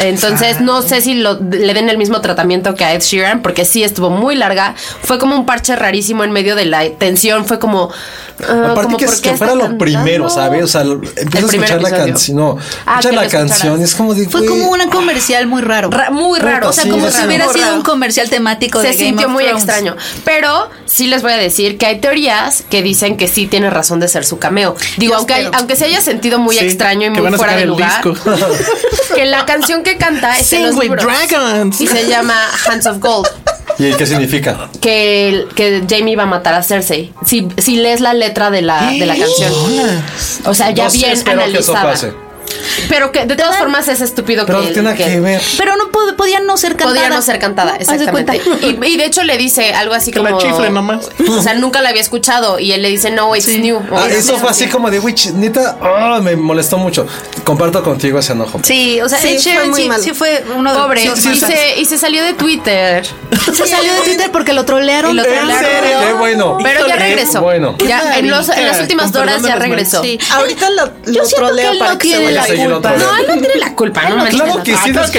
Entonces, no sé si lo- le den el mismo tratamiento que a Ed Sheeran, porque sí estuvo muy larga. Fue como un parche rarísimo en medio de la tensión. Fue como. ah,
Aparte
como,
que,
¿por
es-
qué
que fuera
está
lo
cantando?
primero, ¿sabes? O sea, lo- empiezas a
primer
escuchar la
episodio.
canción,
Ah,
no, escuchas
que lo
la
escucharas.
canción y es como de,
Fue
güey,
como un comercial muy raro.
muy raro.
O sea,
Sí,
como
es
si
raro.
hubiera
Muy
sido
raro.
un comercial temático de
Se
Game
sintió
of
muy
Thrones.
extraño. Pero sí les voy a decir que hay teorías que dicen que sí tiene razón de ser su cameo. Digo, aunque, hay- aunque se haya sentido muy
Sí,
extraño y
que van
muy
a
fuera
sacar
de
el
lugar,
disco.
que la canción que canta es
Sing
en los
with
libros.
Dragons.
y se llama Hands of Gold.
¿y qué significa?
que, el- que Jamie va a matar a Cersei. Si, si lees la letra de la, de la canción. O sea, ya
No sé,
bien
espero que eso
analizada.
pase.
Pero que de todas formas es estúpido
Pero
que,
no tiene nada que ver.
Pero no pod- podía no ser cantada.
Podía no ser cantada,
No, haz de
exactamente. Y, y de hecho le dice algo así
Que la
como.
chifle nomás.
O sea, nunca la había escuchado. Y él le dice, no, it's new. o
Ah,
it's
eso
new.
fue así como de Witch, neta, ah, me molestó mucho. Comparto contigo ese enojo.
Sí, o sea,
Sí,
Ed
fue
Sheeran
muy
sí,
malo.
sí fue uno de
Pobre.
sí, sí,
y,
sí.
se, y se salió de Twitter.
Se salió de Twitter porque lo trolearon.
Y lo trolearon.
Qué bueno.
Pero ya
Qué
regresó.
bueno.
Ya, en, los- en las últimas
Con
horas
perdón de
ya
los
regresó.
mails. Sí. Ahorita lo,
Yo
lo
siento
troleo
que él
para
no
que se
tiene
vaya.
la
a seguir
culpa.
otra vez.
No, él no tiene la culpa.
Claro
no manches.
que sí,
Ah,
claro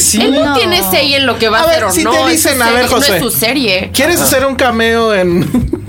sí.
sí.
Él no,
No.
tiene say en lo que va a,
A
hacer
ver,
o
si
no.
te
es
dicen,
su
a ver,
serie,
José,
No es su serie.
¿Quieres
Ajá.
hacer un cameo en,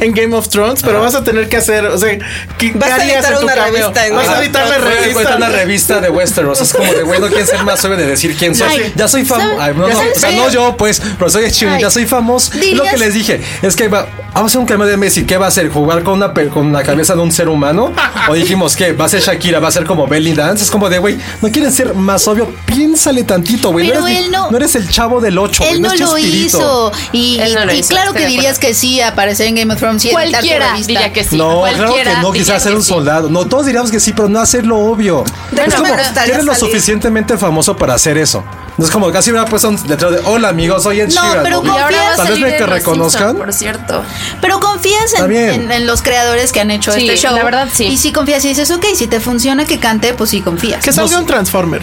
en Game of Thrones? Pero vas a tener que hacer, o sea, ¿qué qué
Vas a
harías
editar
en tu
una
cameo?
revista en
vas a
Game of
editar la
Thrones.
Fue de cuenta
revista.
una revista de Westeros. Es como de, güey, no quieren ser más obvio de decir quién soy.
Ay,
ya soy famoso.
¿saben?
No,
Ya
no,
soy
o sea,
feo.
no yo, pues, pero soy chido.
Ay.
Ya soy famoso. Es Lo
Dirías-
que les dije es que va, vamos a hacer un cambio de Messi. ¿Qué va a hacer? ¿Jugar con una pe- con la cabeza de un ser humano? O dijimos que va a ser Shakira, va a ser como Belly Dance. Es como de, güey, no quieren ser más obvio. Piénsale tantito, güey.
Pero
no, eres,
él no-
no eres el chavo del 8.
Él no lo hizo. Y,
Él no lo
y
hizo,
claro
estoy
que
de
dirías que sí aparecer en Game of Thrones. y editar tu
Cualquiera
revista.
diría que sí.
No, claro
Cualquiera
que no,
diría
quizás ser un soldado. No, todos diríamos que sí, pero no hacerlo obvio.
De
es
hecho,
como,
me gustaría
eres lo
salir.
suficientemente famoso para hacer eso. No es como casi hubiera puesto un letrero de hola amigos, soy Ed
No,
Sheeran",
pero
¿no?
confía- Y ahora va a
Tal vez
salir
me
en
que
Los
reconozcan.
Por cierto.
Pero confías
Está
en,
bien.
en- en los creadores que han hecho
Sí,
este show.
la verdad, sí.
Y si confías y dices, ok, si te funciona que cante, pues sí confías.
Que salga un Transformer.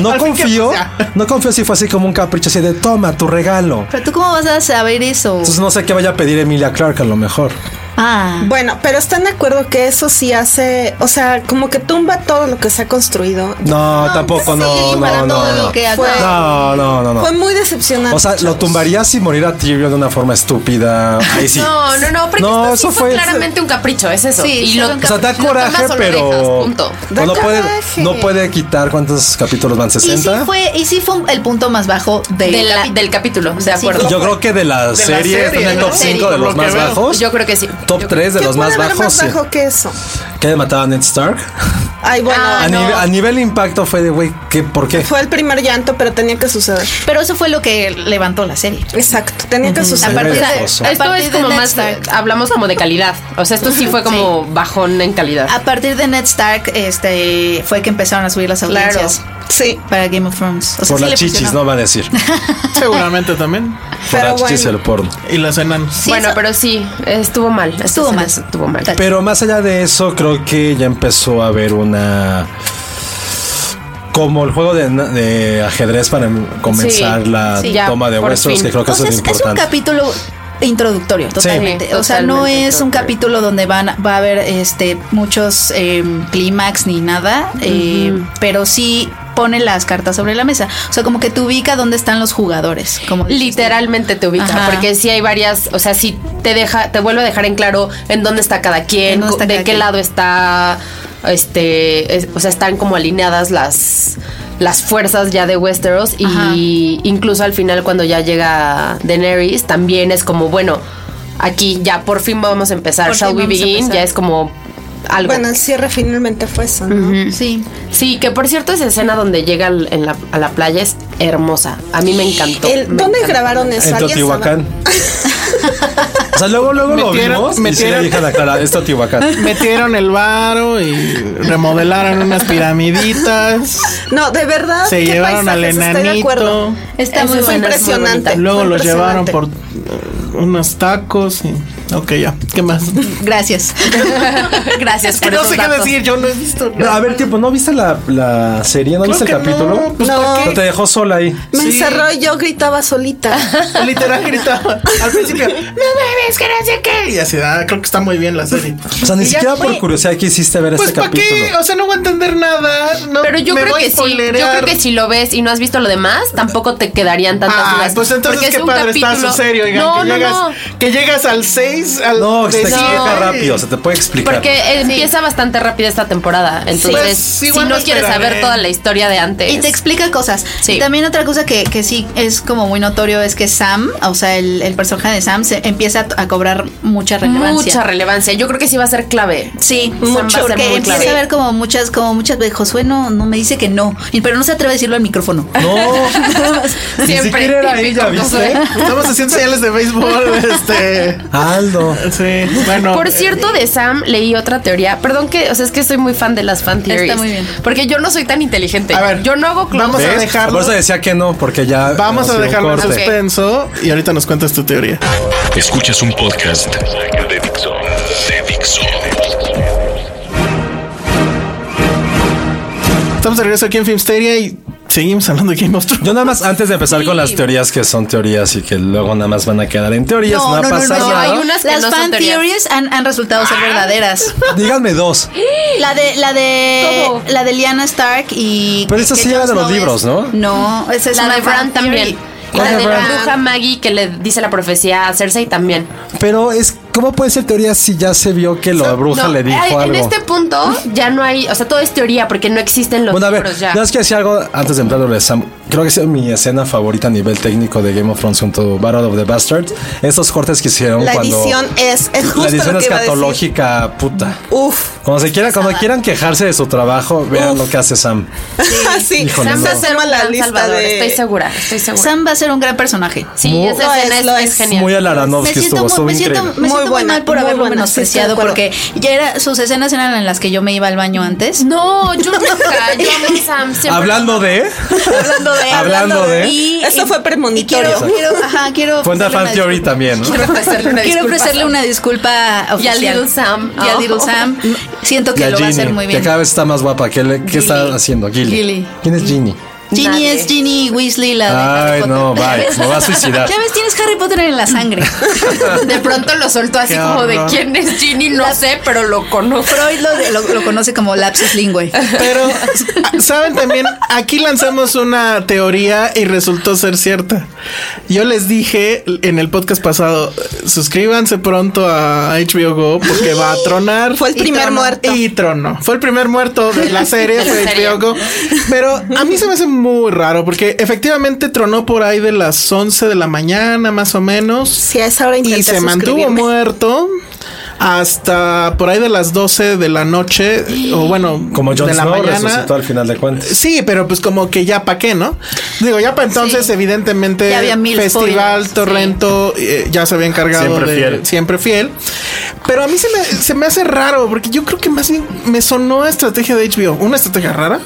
No confío, no confío si fue así como un capricho así de toma tu regalo.
Pero tú cómo vas a saber eso.
Entonces no sé qué vaya a pedir Emilia Clark a lo mejor.
Ah.
Bueno, pero están de acuerdo que eso sí hace, o sea, como que tumba todo lo que se ha construido.
No, tampoco, no, no, no,
todo
no.
lo que haga.
no, no, no, no.
Fue muy decepcionante.
O sea, lo tumbarías y morir a Tyrion de una forma estúpida. Ahí sí.
No, no, no, porque
No,
esto sí
eso
fue,
fue-
claramente un capricho, es eso.
Sí,
y
fue
lo,
un
O sea, da
lo
coraje,
tomas o lo
pero.
dejas, punto.
pero no, puede, no puede quitar cuántos capítulos van,
Y sí
60.
fue, y sí fue el punto más bajo de-
De la- del capítulo, de
sí,
acuerdo.
Yo creo que de la
De la
serie, está en
serie,
el top
¿no?
5
Por
de los
lo que
más
veo.
bajos.
Yo creo que sí.
top 3 de
¿Qué
los más
puede haber
bajos. sí.
más bajo que eso?
¿Qué mataba a Ned Stark?
Ay, bueno,
Ah,
a,
no.
nivel, a nivel impacto fue de, güey, ¿qué, ¿por qué?
Fue el primer llanto, pero tenía que suceder.
Pero eso fue lo que levantó la serie.
Exacto, tenía que
Ujú.
suceder.
Aparte, o sea,
Aparte de-
esto es
de
como
Ned
más,
Stark.
hablamos como de calidad. O sea, esto sí Ah, fue como bajón en calidad.
A partir de Ned Stark, este, fue que empezaron a subir las
Claro.
audiencias. Sí. Para Game of Thrones. O sea,
Por
sí
las
le
chichis,
funcionó.
no va a decir.
Seguramente también.
Por las chichis y el porno.
Y las enanos.
bueno, pero sí, estuvo mal. Estuvo mal. Estuvo mal.
Pero más allá de eso, creo que ya empezó a haber una. Como el juego de, de ajedrez para em- comenzar
Sí,
la
sí, ya,
toma de
por
huesos,
fin.
que creo que eso es
Entonces, un
importante.
capítulo introductorio, totalmente.
Sí,
o sea, no
totalmente
es un capítulo donde van va a haber este muchos eh, clímax ni nada, eh,
Ujú.
pero sí pone las cartas sobre la mesa. O sea, como que te ubica dónde están los jugadores. Como
Literalmente te ubica,
Ajá.
porque sí hay varias, o sea, sí te deja, te vuelve a dejar en claro en dónde está cada quien, co- de
cada
qué
quien.
lado está, este, es- o sea, están como alineadas las las fuerzas ya de Westeros y incluso al final cuando ya llega Daenerys también es como bueno, aquí ya por fin vamos a empezar,
Por fin
shall we
vamos a
begin,
empezar.
ya es como algo.
Bueno, el cierre finalmente fue eso, ¿no?
Sí.
Sí, que por cierto esa escena donde llega al- en la- a la playa es hermosa. A mí me encantó.
El-
me
¿Dónde
encantó.
grabaron eso?
En
¿Alguien sabe?
Teotihuacán. o sea, luego, luego lo vimos
Metieron-
y sí le
metieron-
dije a la Clara, es Teotihuacán.
Metieron el varo y remodelaron unas piramiditas.
No, de verdad.
Se
qué
llevaron al
paisajes, estoy de
enanito.
acuerdo.
Está
Eso
muy
es
buena, es muy
impresionante.
Luego
fue
los llevaron
impresionante.
por eh, unos tacos y. Ok, ya. ¿Qué más?
Gracias. Gracias por
No
esos
sé qué
datos.
decir, yo no he visto.
No, a ver, tiempo, ¿no viste la, la serie? ¿No
Creo
viste el
que no,
capítulo?
pues, ¿para
No
qué?
te dejó sola ahí.
Me encerró y yo gritaba solita.
Literal gritaba. Al principio, no mames, que no sé qué. Y así, ah, creo que está muy bien la serie.
O sea, ni
Y ya,
siquiera por
oye,
curiosidad quisiste ver
Pues
este
¿para
capítulo.
qué? O sea, no voy a entender nada. no
Pero yo
me
creo
voy a
que sí, yo creo
spoilerear.
que si lo ves y no has visto lo demás, tampoco te quedarían tantas
Ah,
dudas.
pues entonces
Porque
qué
es un
padre está
capítulo-
su serio, oigan,
No,
que,
no,
llegas,
no.
que llegas al 6, al
No, se
de
te
siete.
explica rápido, se te puede explicar.
Porque empieza bastante rápida esta temporada. Entonces,
Pues,
si
igual
no
me
quieres
esperaré.
saber toda la historia de antes.
Y te explica cosas. Y también otra cosa que, que sí es como muy notorio es que Sam, o sea, el, el personaje de Sam se empieza a cobrar mucha relevancia.
Mucha relevancia. Yo creo que sí va a ser clave.
Sí,
Sam va a
mucho,
ser
porque
muy
empieza
clave.
a ver como muchas, como muchas veces, Josué no, no me dice que no, y- pero no se atreve a decirlo al micrófono.
No, ni
Siempre,
siquiera era
típico
ella, ¿viste?
Estamos haciendo señales de béisbol, este.
Aldo.
Sí, bueno.
Por cierto, de Sam leí otra teoría. Perdón que, o sea, es que soy muy fan de las fan theories.
muy
bien. Porque yo no soy tan inteligente.
A ver,
yo no hago clones.
vamos a dejarlo.
Por eso decía que no, porque ya.
eh, Vamos
ha
a
sido
dejarlo en
corte.
suspenso y ahorita nos cuentas tu teoría.
Escuchas un podcast de Dixo. De Dixo.
Estamos de regreso aquí en Filmsteria y seguimos hablando de Game of Thrones.
Yo nada más, antes de empezar con las teorías que son teorías y que luego nada más van a quedar en teorías, no, va a pasar nada.
hay unas que
Las
no son
fan
teorías.
theories han, han resultado ser verdaderas.
Díganme dos.
Ah. La de, la de,
¿Cómo?
la de Liana Stark y.
Pero esa sí
que
era
Jon
de los
Snow
libros,
es-
¿no?
No, esa es
la
una
de Bran
fan
también.
theory.
La
¿Cuál
de
de
la
Bran?
bruja Maggie que le dice la profecía a Cersei también.
Pero es, ¿cómo puede ser teoría si ya se vio que la bruja
No,
le dijo
en
algo?
este punto ya no hay, o sea, todo es teoría porque no existen los
Bueno, a ver,
libros ya.
no es que decía algo antes de entrar lo de Sam. Creo que es mi escena favorita a nivel técnico de Game of Thrones junto a Battle of the Bastards. Estos cortes que hicieron
La
cuando.
edición es, es justo
la edición
lo que iba a decir.
escatológica, puta.
Uf.
Cuando se quieran, cuando quieran quejarse de su trabajo, vean lo que hace Sam.
sí,
Híjole,
Sam
no.
va a ser
Suma
un
la
gran
lista
salvador,
de-
estoy segura, estoy segura.
Sam va a ser un gran personaje.
sí,
Muy-
esa escena es,
lo
es
es.
genial.
Muy a la Aronofsky
me siento,
estuvo, estuvo
me siento,
increíble.
me
Muy
siento muy
buena,
mal por
muy
haberlo
buena, sí, estoy de
menospreciado
acuerdo.
porque ya era, sus escenas eran en las que yo me iba al baño antes.
No, yo nunca, yo amo a Sam siempre.
Hablando de.
Hablando de.
Hablando de.
Y,
Eso fue
y quiero,
premonitorio.
quiero, ajá, quiero
Fue una
ofrecerle
fan
una
theory
disculpa.
también, ¿no?
Quiero ofrecerle una
Quiero
disculpa.
ofrecerle una disculpa
Y a
oficial.
Little Sam.
Y a Little
Oh.
Sam. Siento que
Y a
lo va a hacer
Ginny,
muy
Que
bien.
cada vez está más guapa. ¿Qué, le- qué está
Gilly.
haciendo? Gilly.
Gilly.
¿Quién es Ginny?
Ginny
Nadie.
es Ginny Weasley, la de Harry
Ay,
Potter.
no, bye. Me va a suicidar.
Ya ves, tienes Harry Potter en la sangre.
De pronto lo soltó así
Qué
como de
horror.
quién es Ginny, no sé, pero lo conozco.
Freud lo, lo- lo conoce como lapsus lingüe.
Pero, ¿saben también? Aquí lanzamos una teoría y resultó ser cierta. Yo les dije en el podcast pasado, suscríbanse pronto a HBO Go porque va a tronar.
Fue el
Y
primer
trono.
muerto.
Y trono. Fue el primer muerto de la serie, fue HBO Go. Pero a mí se me hace muy raro porque efectivamente tronó por ahí de las 11 de la mañana, más o menos.
Si a esa hora intenté
Y se mantuvo
suscribirme.
muerto. hasta por ahí de las 12 de la noche, o bueno,
Como Jon
de la
Snow
mañana.
resucitó al final de cuentas.
Sí, pero pues como que ya pa' qué, ¿no? Digo, ya para entonces, evidentemente,
Ya había mil
Festival
spoilers,
Torrento eh, ya se había encargado
Siempre
de
fiel.
siempre fiel. Pero a mí se me, se me hace raro, porque yo creo que más bien me sonó a estrategia de HBO, una estrategia rara.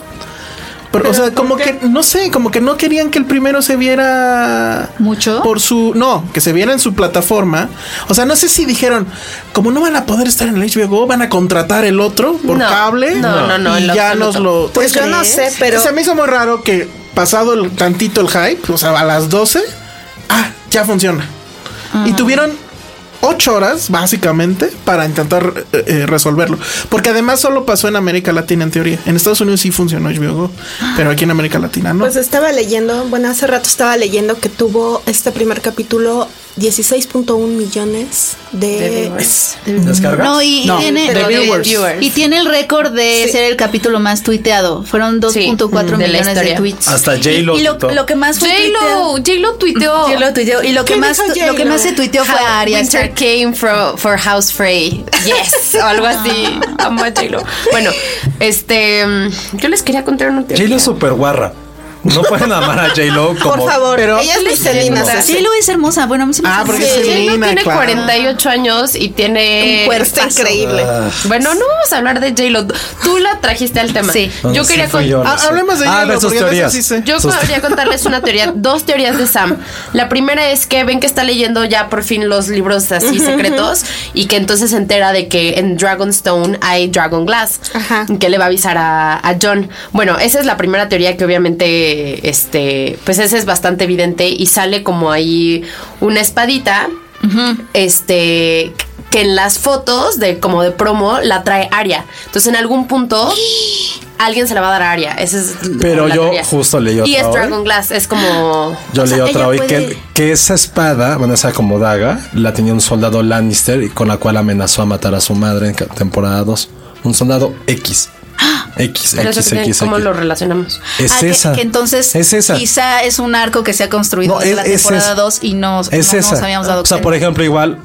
Pero, o sea, como que, no sé, como que no querían que el primero se viera...
¿Mucho?
Por su... No, que se viera en su plataforma. O sea, no sé si dijeron, como no van a poder estar en el HBO Go, van a contratar el otro por
No,
cable.
no, no, no,
Y
en lo
ya nos
absoluto.
lo...
Pues yo no sé, pero-
Se me hizo muy raro que pasado el tantito el hype, o sea, a las 12, ah, ya funciona. Y
Ah.
tuvieron ocho horas, básicamente, para intentar eh, eh, resolverlo. Porque además solo pasó en América Latina, en teoría. En Estados Unidos sí funcionó HBO Go, pero aquí en América Latina no.
Pues estaba leyendo, bueno, hace rato estaba leyendo que tuvo este primer capítulo 16.1 millones de,
De viewers.
¿Descargas?
No, y, y
No,
tiene,
de viewers.
y tiene el récord de ser el capítulo más tuiteado. Fueron 2.4
de la
millones de
historia.
tweets.
Hasta J-Lo
Y, y lo,
tuiteó.
lo que más fue
J-Lo, J-Lo tuiteó.
J-Lo tuiteó. Y lo que
¿Qué
más
dijo
tu- lo
J-Lo?
que más se tuiteó fue a Arya
Winter
Stark.
came for, for House Frey. Yes. O algo así. Amo a J-Lo. Bueno, este. mm, Yo les quería contar una teoría.
J-Lo es super guarra. No pueden amar a J-Lo como.
pero
ella es
leyenda.
Celina. J-Lo es hermosa. Bueno, a mí se me
Ah,
hace
porque
hermosa.
es
J-Lo
Selena,
tiene
claro.
48 años y tiene.
Un cuerpo
cuerpazo.
increíble.
Ah.
Bueno, no vamos a hablar de J-Lo. Tú la trajiste al tema.
Sí.
Yo
Sí,
quería
fui
con-
yo, no
Ah,
sé.
hablemos de
Ah,
J-Lo,
de sus
porque de eso
teorías.
sí sé.
Yo
Sus-
quería contarles una teoría, dos teorías de Sam. La primera es que ven que está leyendo ya por fin los libros así secretos y que entonces se entera de que en Dragonstone hay Dragon Glass
Ajá.
que le va a avisar a, a John. Bueno, esa es la primera teoría que obviamente, este, pues esa es bastante evidente y sale como ahí una espadita, este, que en las fotos de como de promo la trae Aria. Entonces en algún punto alguien se la va a dar a Aria. Esa es
Pero
la
yo
teoría.
justo leí otra
Y es
hoy.
Dragon Glass, es como
Yo
O sea,
leí otra
ella
hoy que,
puede-
que esa espada, bueno, esa como daga, la tenía un soldado Lannister y con la cual amenazó a matar a su madre en ca- temporada 2. Un soldado X. X,
pero eso
X,
que-
X,
cómo
X.
lo relacionamos.
Es
Ah, que-
esa.
Que, entonces
es esa.
quizá es un arco que se ha construido
No,
desde
es-
la
es esa.
temporada 2 y no, no
es esa.
nos habíamos dado
o sea,
cuenta.
por ejemplo, igual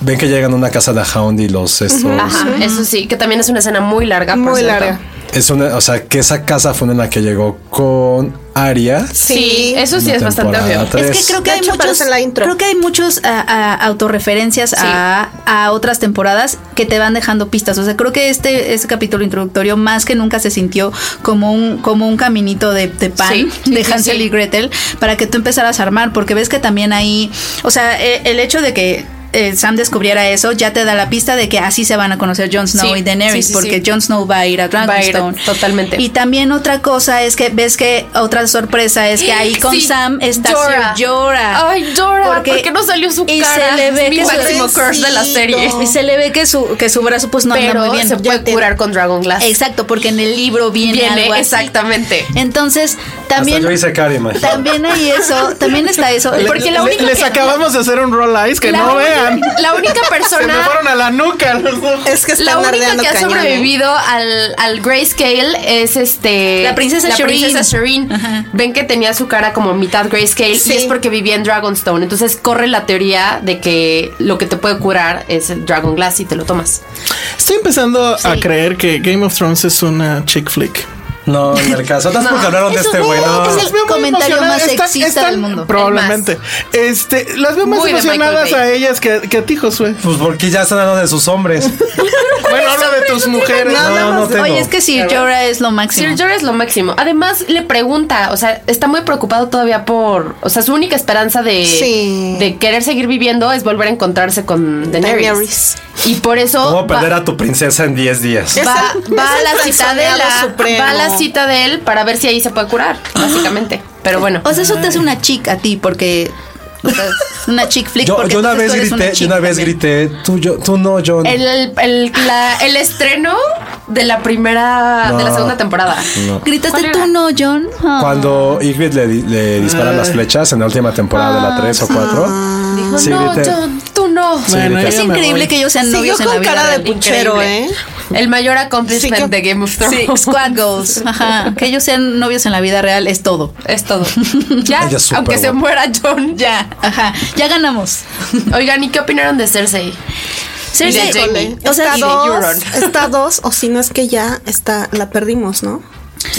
ven que llegan a una casa de Hound y los estos.
Ajá, eso sí, que también es una escena muy larga. por
Muy
cierto.
larga.
Es una, o sea, que esa casa fue en la que llegó con Aria.
Sí, eso sí
en
es
la
bastante
temporada
obvio.
tres.
Es que creo que
De
hay
hecho,
muchos,
aparece en la intro.
creo que hay muchos ah, ah, autorreferencias a, a otras temporadas que te van dejando pistas. O sea, creo que este, este capítulo introductorio más que nunca se sintió como un, como un caminito de, de pan
Sí, sí,
de
sí,
Hansel
sí.
y Gretel para que tú empezaras a armar, porque ves que también ahí, o sea, eh, el hecho de que eh, Sam descubriera eso ya te da la pista de que así se van a conocer Jon Snow
Sí,
y Daenerys,
sí, sí, sí.
porque Jon Snow va a ir a
Va a ir
Dragonstone.
totalmente.
Y también otra cosa es que ves que otra sorpresa es que ahí con
Sí,
Sam está
Jorah.
Sir Jorah.
Ay, Jorah, ¿por qué no salió su
y
cara?
Se le ve
Es mi
que su-
máximo crush de la serie.
Y se le ve que su que su brazo pues no
pero
anda muy bien.
se puede
Ya te-
curar con Dragon Glass.
Exacto, porque en el libro viene,
Viene,
algo así.
exactamente.
Entonces,
Hasta
también
yo hice Cari, imagínate.
también hay eso, también está eso.
Porque la única
Les
que-
acabamos de hacer un roll eyes que
La
no
única-
vean.
La única
Se me
persona
fueron a la nuca los dos.
Es que
La
están
única
ardeando
que ha
cañón, ¿eh?
sobrevivido al, al grayscale es este.
La princesa
la
Shireen.
princesa Shireen.
Ajá.
Ven que tenía su cara como mitad grayscale
Sí.
y es porque vivía en Dragonstone. Entonces corre la teoría de que lo que te puede curar es el Dragon Glass y te lo tomas.
Estoy empezando a creer que Game of Thrones es una chick flick.
No, en el caso. Tanto porque hablaron de
Eso
este güey, no.
es
Las veo muy
comentario más
emocionadas. Están-
sexista
están-
del mundo.
Probablemente. Este, las veo más
Muy de Michael
emocionadas
Bay.
a ellas que, que a ti, Josué.
Pues porque ya están hablando de sus hombres.
Bueno, hablo de tus mujeres.
No, no, no tengo.
Oye, es que Sir Jorah es lo
Sir
máximo.
Jorah es lo máximo. Además, le pregunta, o sea, está muy preocupado todavía por. O sea, su única esperanza de,
Sí.
de querer seguir viviendo es volver a encontrarse con Daenerys.
Daenerys.
Y por eso.
¿Cómo
va-
perder a tu princesa en 10 días?
Es
va,
el-
va
es
a
el
la
traicionado
citadela,
supremo.
va a la citadel para ver si ahí se puede curar, básicamente. Pero bueno,
O sea, eso te hace una chica a ti porque o sea, una chick flick
Yo,
porque
yo una
entonces
vez
tú eres
grité, yo
chick
una vez
también.
grité, tú, yo, tú no, John.
el, el, la- el estreno de la primera, de la
No.
segunda temporada.
No.
Gritaste tú no, John. Ah.
Cuando Ygritte le, di- le disparan las flechas en la última temporada de la 3 o 4.
Ah. Dijo,
Sí,
no,
grité.
John, tú no.
Sí,
Bueno,
grité.
Es
ya me
increíble
voy.
que ellos sean
Siguió
novios en la
con
vida
cara de
real.
puchero, ¿eh?
El mayor accomplishment
Sí, yo-
de Game of
Sí,
Thrones.
squad goals. Ajá. Que ellos sean novios en la vida real es todo.
Es todo. Ya,
Ella es súper
aunque se
guapa.
muera John.
Ya, ajá. Ya ganamos.
Oigan, ¿y qué opinaron de Cersei?
Cersei,
Híjole,
o sea,
está
y de
dos,
Euron.
está dos, o si no es que ya está, la perdimos, ¿no?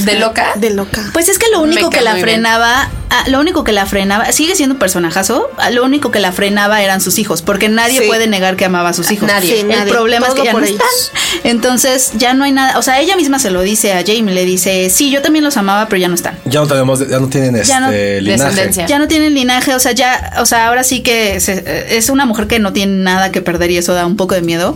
¿De loca?
De loca.
Pues es que lo único
cae
que la
muy bien.
frenaba, ah, lo único que la frenaba, sigue siendo un personajazo, ah, lo único que la frenaba eran sus hijos, porque nadie
Sí.
puede negar que amaba a
Ah,
sus hijos.
Nadie. Sí,
El
nadie.
problema es
Todo
que ya no
por
están.
ellos.
Entonces ya no hay nada, o sea, ella misma se lo dice a Jamie, le dice, sí, yo también los amaba, pero ya no están.
Ya no tenemos, ya no tienen este
Ya no-
linaje.
Ya no tienen linaje, o sea, ya, o sea, ahora sí que se- eh, es una mujer que no tiene nada que perder y eso da un poco de miedo.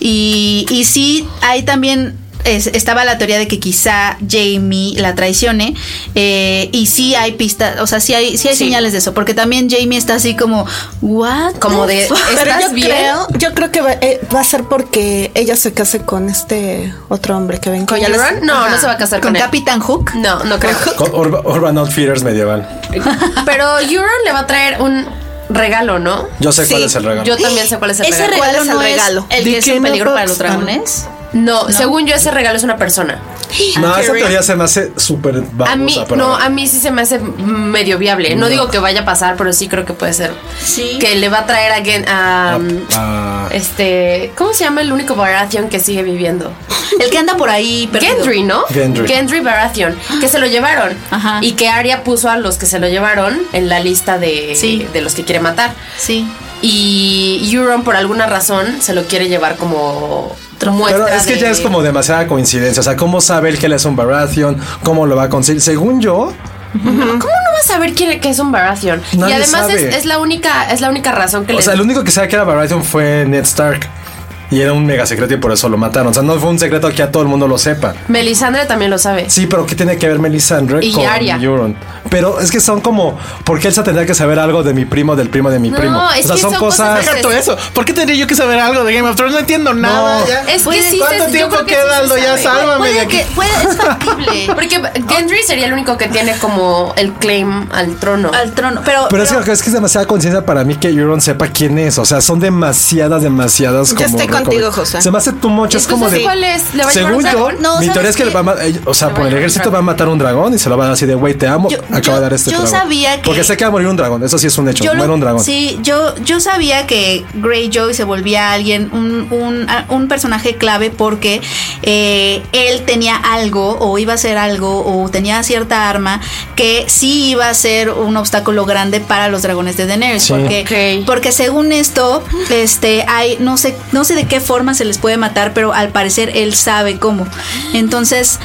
Y, y sí, ahí también es- estaba la teoría de que quizá Jamie la traicione. eh, y sí hay pistas, o sea, sí hay, sí hay señales de eso, porque también Jamie está así como, ¿what?
Como
the
de,
fuck?"
Pero yo creo, yo creo que va, eh, va a ser porque ella se case con este otro hombre que ven
¿Con Yalaron? No, no se va a casar con, él.
Capitán Hook?
No, no creo.
Con Urba- Urban Outfitters medieval.
Ah,
Pero Euron le va a traer un regalo, ¿no?
Yo sé cuál es el regalo.
Yo también sé cuál es el
Ese
regalo.
regalo
¿Cuál
no es el
el
que
que
es
es
un
un peligro
Kingdom
para los
Hearts, ¿no?
dragones. No, según yo ese regalo es una persona. Ah,
No, esa teoría se me hace súper babosa.
a mí
pero
no, a mí sí se me hace medio viable. No,
No.
digo que vaya a pasar, pero sí creo que puede ser. Que le va a traer a, Gen- a, um,
Ah,
este, ¿cómo se llama el único Baratheon que sigue viviendo?
El que anda por ahí perdido.
Gendry, ¿no?
Gendry.
Baratheon, que se lo llevaron. Y que Arya puso a los que se lo llevaron en la lista de, de los que quiere matar.
Sí.
Y Euron, por alguna razón, se lo quiere llevar como muestra
Pero es que
de-
ya es como demasiada coincidencia. O sea, ¿cómo sabe él que él es un Baratheon? ¿Cómo lo va a conseguir? Según yo,
¿Cómo no vas a saber quién que es un Baratheon?
Nadie
y además es,
sabe.
es la única es la única razón que
o
le
sea, el único que sabe que era Baratheon fue Ned Stark. Y era un mega secreto y por eso lo mataron. O sea, no fue un secreto que a todo el mundo lo sepa.
Melisandre también lo sabe.
Sí, pero ¿qué tiene que ver Melisandre
Y
con
Arya.
Euron? Pero es que son como, ¿por qué él se tendría que saber algo de mi primo, del primo, de mi
No,
primo? O
es
sea,
que
son,
son
cosas...
cosas
Todo eso. ¿Por qué tendría yo que saber algo de Game of Thrones? No entiendo nada. ya.
Es que
Puede-
sí se-
¿Cuánto
yo
tiempo
creo que sí
queda,
se
Aldo? Ya
sabe.
sálvame de
Puede
aquí.
que-
es factible.
Porque Gendry sería el único que tiene como el claim al trono. Al
trono, pero...
Pero es que, es que es demasiada conciencia para mí que Euron sepa quién es. O sea, son demasiadas, demasiadas
Yo
como.
estoy contigo,
recome-
José.
Se me hace tu mocho. Es como
Entonces,
de.
¿cuál es? ¿Le va a llevar
según
un
yo,
dragón? No,
mi teoría
¿sabes
es que le va a ma- eh, O sea, por el ejército va a matar un dragón y se lo va a dar así de, güey, te amo. acaba de dar este
yo
dragón.
sabía que-
Porque sé que va a morir un dragón. Eso sí es un hecho.
Yo lo-
Muere un dragón.
Sí, yo, yo sabía que Greyjoy se volvía alguien, un, un, a- un personaje clave porque eh, él tenía algo o iba a ser algo o tenía cierta arma que sí iba a ser un obstáculo grande para los dragones de Daenerys.
Sí.
Porque,
Ok.
porque según esto, este, hay, no sé, no sé de qué forma se les puede matar, pero al parecer él sabe cómo. Entonces,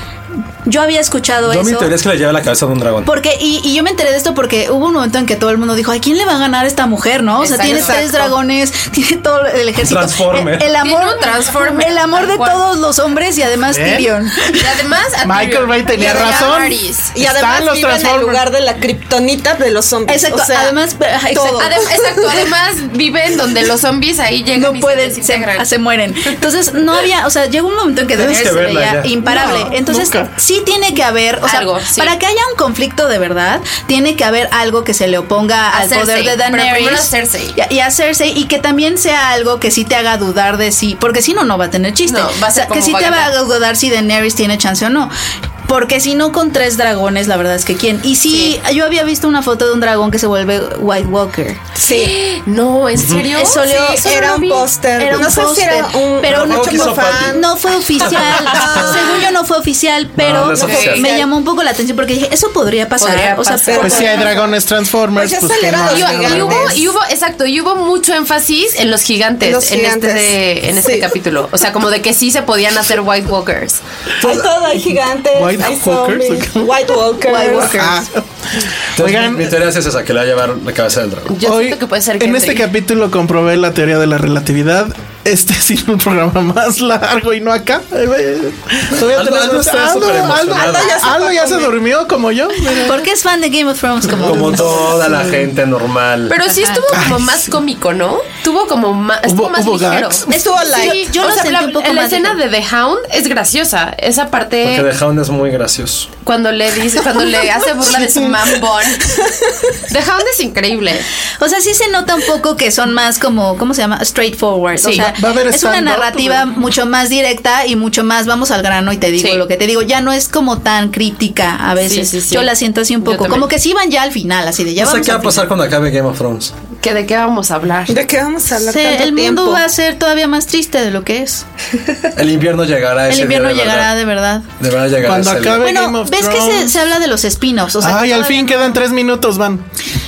yo había escuchado
Yo
eso.
mi teoría es que le lleva la cabeza de un dragón.
Porque, y, y yo me enteré de esto porque hubo un momento en que todo el mundo dijo, ¿a quién le va a ganar esta mujer, no? O sea,
Exacto.
tiene tres
Exacto.
dragones, tiene todo el ejército.
Transformer.
El, el amor,
Tiene un Transformer,
el amor
tal
de
cual.
todos los hombres y además
¿Eh?
Tyrion.
Y además a
Michael
Tyrion.
Bay tenía
Y a
razón.
Varys.
Y además Están los vive en el Transformers. lugar
de la kriptonita de los hombres.
Exacto, además, todo.
Adem- exacto, además viven donde los zombies ahí llegan no pueden, se,
se, se mueren. Entonces, no había, o sea, llegó un momento en que
Tienes
Daenerys
que
se
verla
veía
ya.
imparable.
No,
Entonces,
nunca.
sí tiene que haber, o sea,
Algo, sí.
para que haya un conflicto de verdad, tiene que haber algo que se le oponga
A
al
Cersei,
poder de
pero
Daenerys.
primero a Cersei.
Y a- Y a Cersei, y que también sea algo que sí te haga dudar de sí, porque si no, no va a tener chiste.
No, va a ser
O sea, que
como
sí
va a
te va a
ganar.
dudar si Daenerys tiene chance o no. Porque si no, con tres dragones, la verdad es que quién. Y sí, yo había visto una foto de un dragón que se vuelve White Walker.
Sí.
No, ¿en serio?
Eso
Sí,
leo- eso
era
lo
un
vi.
póster.
Era un
No sé si
póster,
era un-
pero
un
no,
chocofan.
no fue oficial. Según yo no fue oficial, pero
no es oficial.
me llamó un poco la atención porque dije, eso podría pasar.
Podría
o sea,
pasar.
Pues si hay dragones Transformers, pues, que no
Y-
hagan
y,
algo.
hubo, y hubo- exacto, y hubo mucho énfasis en los gigantes,
En los
en este,
gigantes.
de- en este
Sí.
capítulo. O sea, como de que sí se podían hacer White Walkers.
Hay todo, hay gigantes,
White
hay
Walkers,
zombies, White Walkers.
Ah. Entonces, mi, mi teoría es esa, que le va a llevar la cabeza del dragón.
Yo siento que puede ser
En
Gendry.
este capítulo comprobé la teoría de la relatividad. Este ha sido un programa más largo y no acá. Eh, todavía
Aldo-
tenemos-
Aldo está
Aldo-
súper
Aldo-
emocionado.
Aldo ya se- Aldo ya se durmió como yo. mira.
Porque es fan de Game of Thrones como,
Como toda la gente normal.
Pero sí estuvo como más cómico, ¿no? Tuvo como más, estuvo
Hubo-
más
hubo
ligero.
gags.
Estuvo light.
Sí,
Yo
o
lo
sea,
sentí
la,
un poco
la
más
escena de The Hound es graciosa. Esa
Porque
parte
The Hound es muy gracioso.
cuando le dice, cuando le hace burla de su mambón. The Hound es increíble.
O sea, sí se nota un poco que son más como, ¿cómo se llama? Straightforward. o
Sí.
sea, sea,
va a haber
es una
stand-up,
narrativa mucho más directa y mucho más vamos al grano y te digo lo que te digo. Ya no es como tan crítica a veces.
Sí, sí, sí.
Yo la siento así un
Yo
poco.
también.
Como que sí van ya al final, así de ya
No sé
vamos
qué va
al
a pasar cuando acabe Game of Thrones.
¿Que ¿De qué vamos a hablar?
¿De qué vamos a hablar?
Sí,
tanto
el
tiempo?
mundo va a ser todavía más triste de lo que es.
El invierno llegará.
El
ese
invierno
día de
llegará
verdad.
de verdad.
De verdad llegará.
Cuando
ese día.
acabe Game
Bueno,
of
ves que se,
Thrones.
se habla de los spin-offs. O sea,
Ay,
que
al
todavía-
fin quedan tres minutos, van.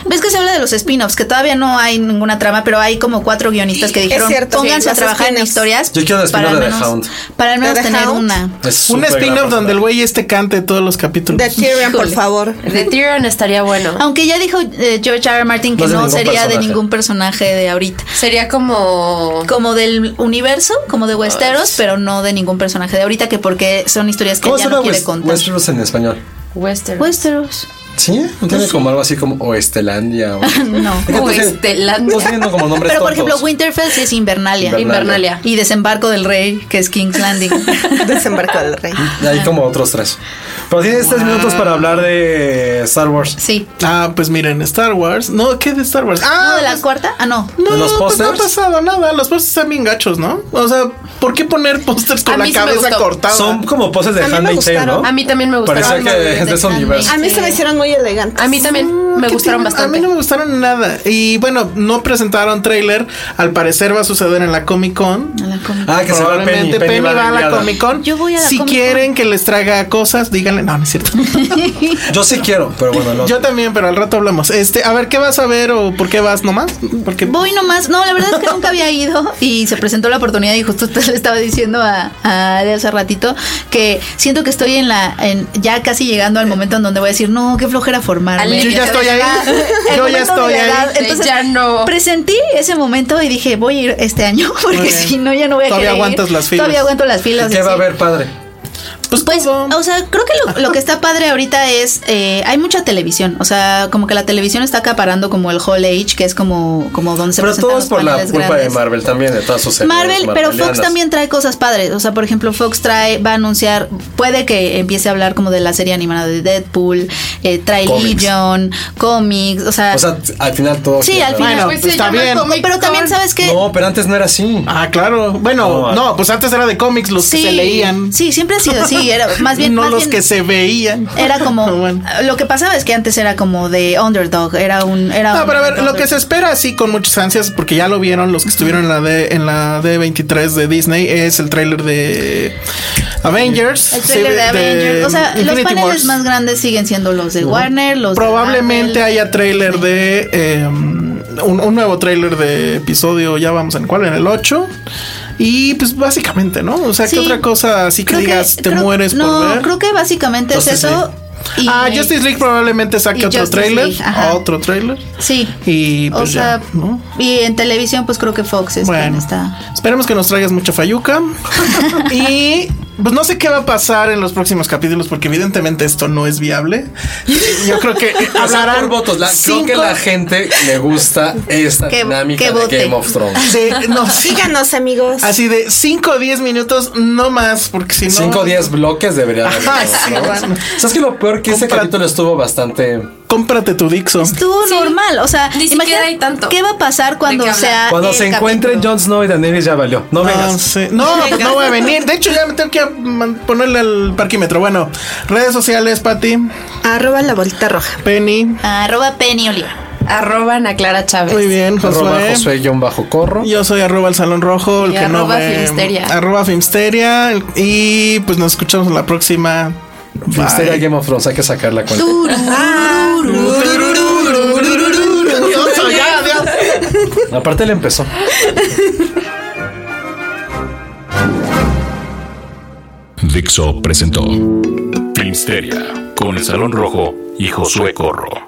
Ves que se habla de los spin-offs, que todavía no hay ninguna trama, pero hay como cuatro guionistas que
Es
dijeron,
cierto,
pónganse
sí,
a
los
trabajar en
spin-offs.
historias.
Yo quiero
para
despino de
al
The
menos-
Hound.
Para al menos
¿De The
tener
Hound?
una.
Es
Un
súper gran
spin-off donde el
personaje.
güey este cante todos los capítulos.
De Tyrion, por
Híjole.
favor.
De Tyrion estaría bueno.
Aunque ya dijo eh, George R. R. Martin que
No es de
no,
ningún
sería de
personaje.
ningún personaje de ahorita.
Sería como...
Como del universo, como de Westeros, pero no de ningún personaje de ahorita, que porque son historias que
¿Cómo se
ya
llama
no quiere
West-
contar.
Westeros en español?
Western.
Westeros.
¿Sí? ¿No tiene como algo así como Oestelandia? O... pues,
No.
Oestelandia.
No tienen como nombres
Pero por ejemplo,
tontos.
Winterfell sí es Invernalia.
Invernalia.
Y Desembarco del Rey, que es King's Landing.
Desembarco del rey.
Y hay como otros tres. Pero tienes tres minutos para hablar de Star Wars.
Sí.
Ah, pues miren, Star Wars. No, ¿qué de Star Wars? Ah,
¿No de la
pues-
cuarta? Ah, no.
No,
¿De los
pues no ha
pósters?
pasado nada. Los pósters están bien gachos, ¿no? O sea, ¿por qué poner pósters
A
con
mí
la
sí me
cabeza
gustó.
cortada?
Son como poses de
A mí me
Handmaid's Tale,
gustaron.
¿no?
A mí también me gustaron.
Parecía que es de ese universo.
A mí se me hicieron muy elegantes. Mm,
A mí también me
¿Qué
gustaron
tiene?
bastante.
A mí no me gustaron nada. Y bueno, no presentaron trailer. Al parecer va a suceder en la Comic Con.
A la comi-
Ah, que se va Penny.
Probablemente Penny, va a la
aliada.
Comic Con.
Yo voy a la
si
Comic Con.
quieren que les traiga cosas, díganle. No, no es cierto.
Yo sí quiero, pero bueno, no.
Yo también, pero al rato hablamos. Este, a ver, ¿qué vas a ver o por qué vas nomás? Porque
Voy nomás. No, la verdad es que nunca había ido y se presentó la oportunidad y justo te le estaba diciendo a, a Ale hace ratito que siento que estoy en la en, ya casi llegando al momento en donde voy a decir, "No, qué flojera formarme."
Ale.
yo ya estoy ahí.
El
Yo ya
momento de
estoy
la
ahí.
edad. Entonces,
ya no.
Presentí ese momento y dije, "Voy a ir este año porque
bien.
si no ya no voy a
Todavía
querer ir.
aguantas las filas.
Todavía aguanto las
¿Y
filas.
¿Qué
sí.
va a haber, padre?
Pues,
Pues,
todo.
o sea, creo que lo, lo que está padre ahorita es, eh, hay mucha televisión, o sea, como que la televisión está acaparando como el Hall Age, que es como, como donde se
Pero
presentan
todo es
los
por la
paneles
culpa de
grandes.
Marvel también, de todas sus series.
Marvel, pero Fox
marvelianas.
también trae cosas padres. O sea, por ejemplo, Fox trae, va a anunciar, puede que empiece a hablar como de la serie animada de Deadpool, eh, trae
Cómics.
Legion, cómics, o sea,
O sea, al final todo.
Sí,
gira
al
alrededor.
final.
bueno,
pues,
está bien.
pero también sabes que
No, pero antes no era así.
Ah, claro.
No,
Bueno, no, pues antes era de cómics los que se leían.
Sí, siempre ha sido así, era más bien
no
más
los
bien-
que se veían.
Era como
Bueno.
lo que pasaba es que antes era como de underdog, era un era
No,
un
pero a ver, lo
underdog.
que se espera así con muchas ansias, porque ya lo vieron los que estuvieron en la D, en la D23 de Disney, es el tráiler de Avengers.
el trailer
Sí,
de Avengers, o sea, los
Infinity
paneles
Wars.
más grandes siguen siendo los de Warner, los de
Probablemente
Marvel.
haya tráiler de eh, un, un nuevo tráiler de episodio, ya vamos en cuál, en el 8. Y pues básicamente, ¿no? O sea,
Sí.
¿qué otra cosa así que
Creo
digas te
creo-
mueres
no,
por ver?
creo que básicamente es
Entonces,
eso. y-
ah, Justice League probablemente
y
saque otro
Justice
tráiler,
League, ajá.
otro tráiler.
Sí.
Y pues
o sea,
ya, ¿no?
y en televisión pues creo que Fox es quien
Bueno,
está.
esperemos que nos traigas mucha fayuca. y pues no sé qué va a pasar en los próximos capítulos, porque evidentemente esto no es viable. Yo creo que
O sea,
hablarán
por votos. La-
cinco-
Creo que la gente le gusta esta
Que-
dinámica
que
de
vote.
Game of Thrones.
de- no, sí,
Síganos, amigos.
así de 5 o 10 minutos, no más, porque si no.
5 o 10 bloques debería haber.
Ajá, sí,
¿no?
bueno.
¿Sabes que lo peor que ese
Compra-
capítulo estuvo bastante.
Cómprate tu Dixon.
Estuvo normal, o sea,
Ni siquiera hay tanto.
¿Qué va a pasar cuando
qué hablar?
sea
Cuando
Ah, el
se encuentren
capítulo?
Jon Snow y Daenerys ya valió. No
No,
vengas.
sé. no, pues no voy a venir. De hecho, ya me tengo que man- ponerle al parquímetro. Bueno, redes sociales, Pati,
Arroba la bolita roja.
Penny.
Arroba Penny Oliva.
Arroba Ana Clara Chávez.
Muy bien,
Arroba
Josué.
Josué guión bajo corro.
Yo soy arroba el salón rojo, el
Y
que no
arroba
ve.
Filmsteria.
Arroba Filmsteria. el- Y pues nos escuchamos en la próxima.
Misteria Game of Thrones, hay que sacar la cuenta. Aparte le empezó.
Dixo presentó Filmsteria con el Salón Rojo y Josué Corro.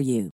you.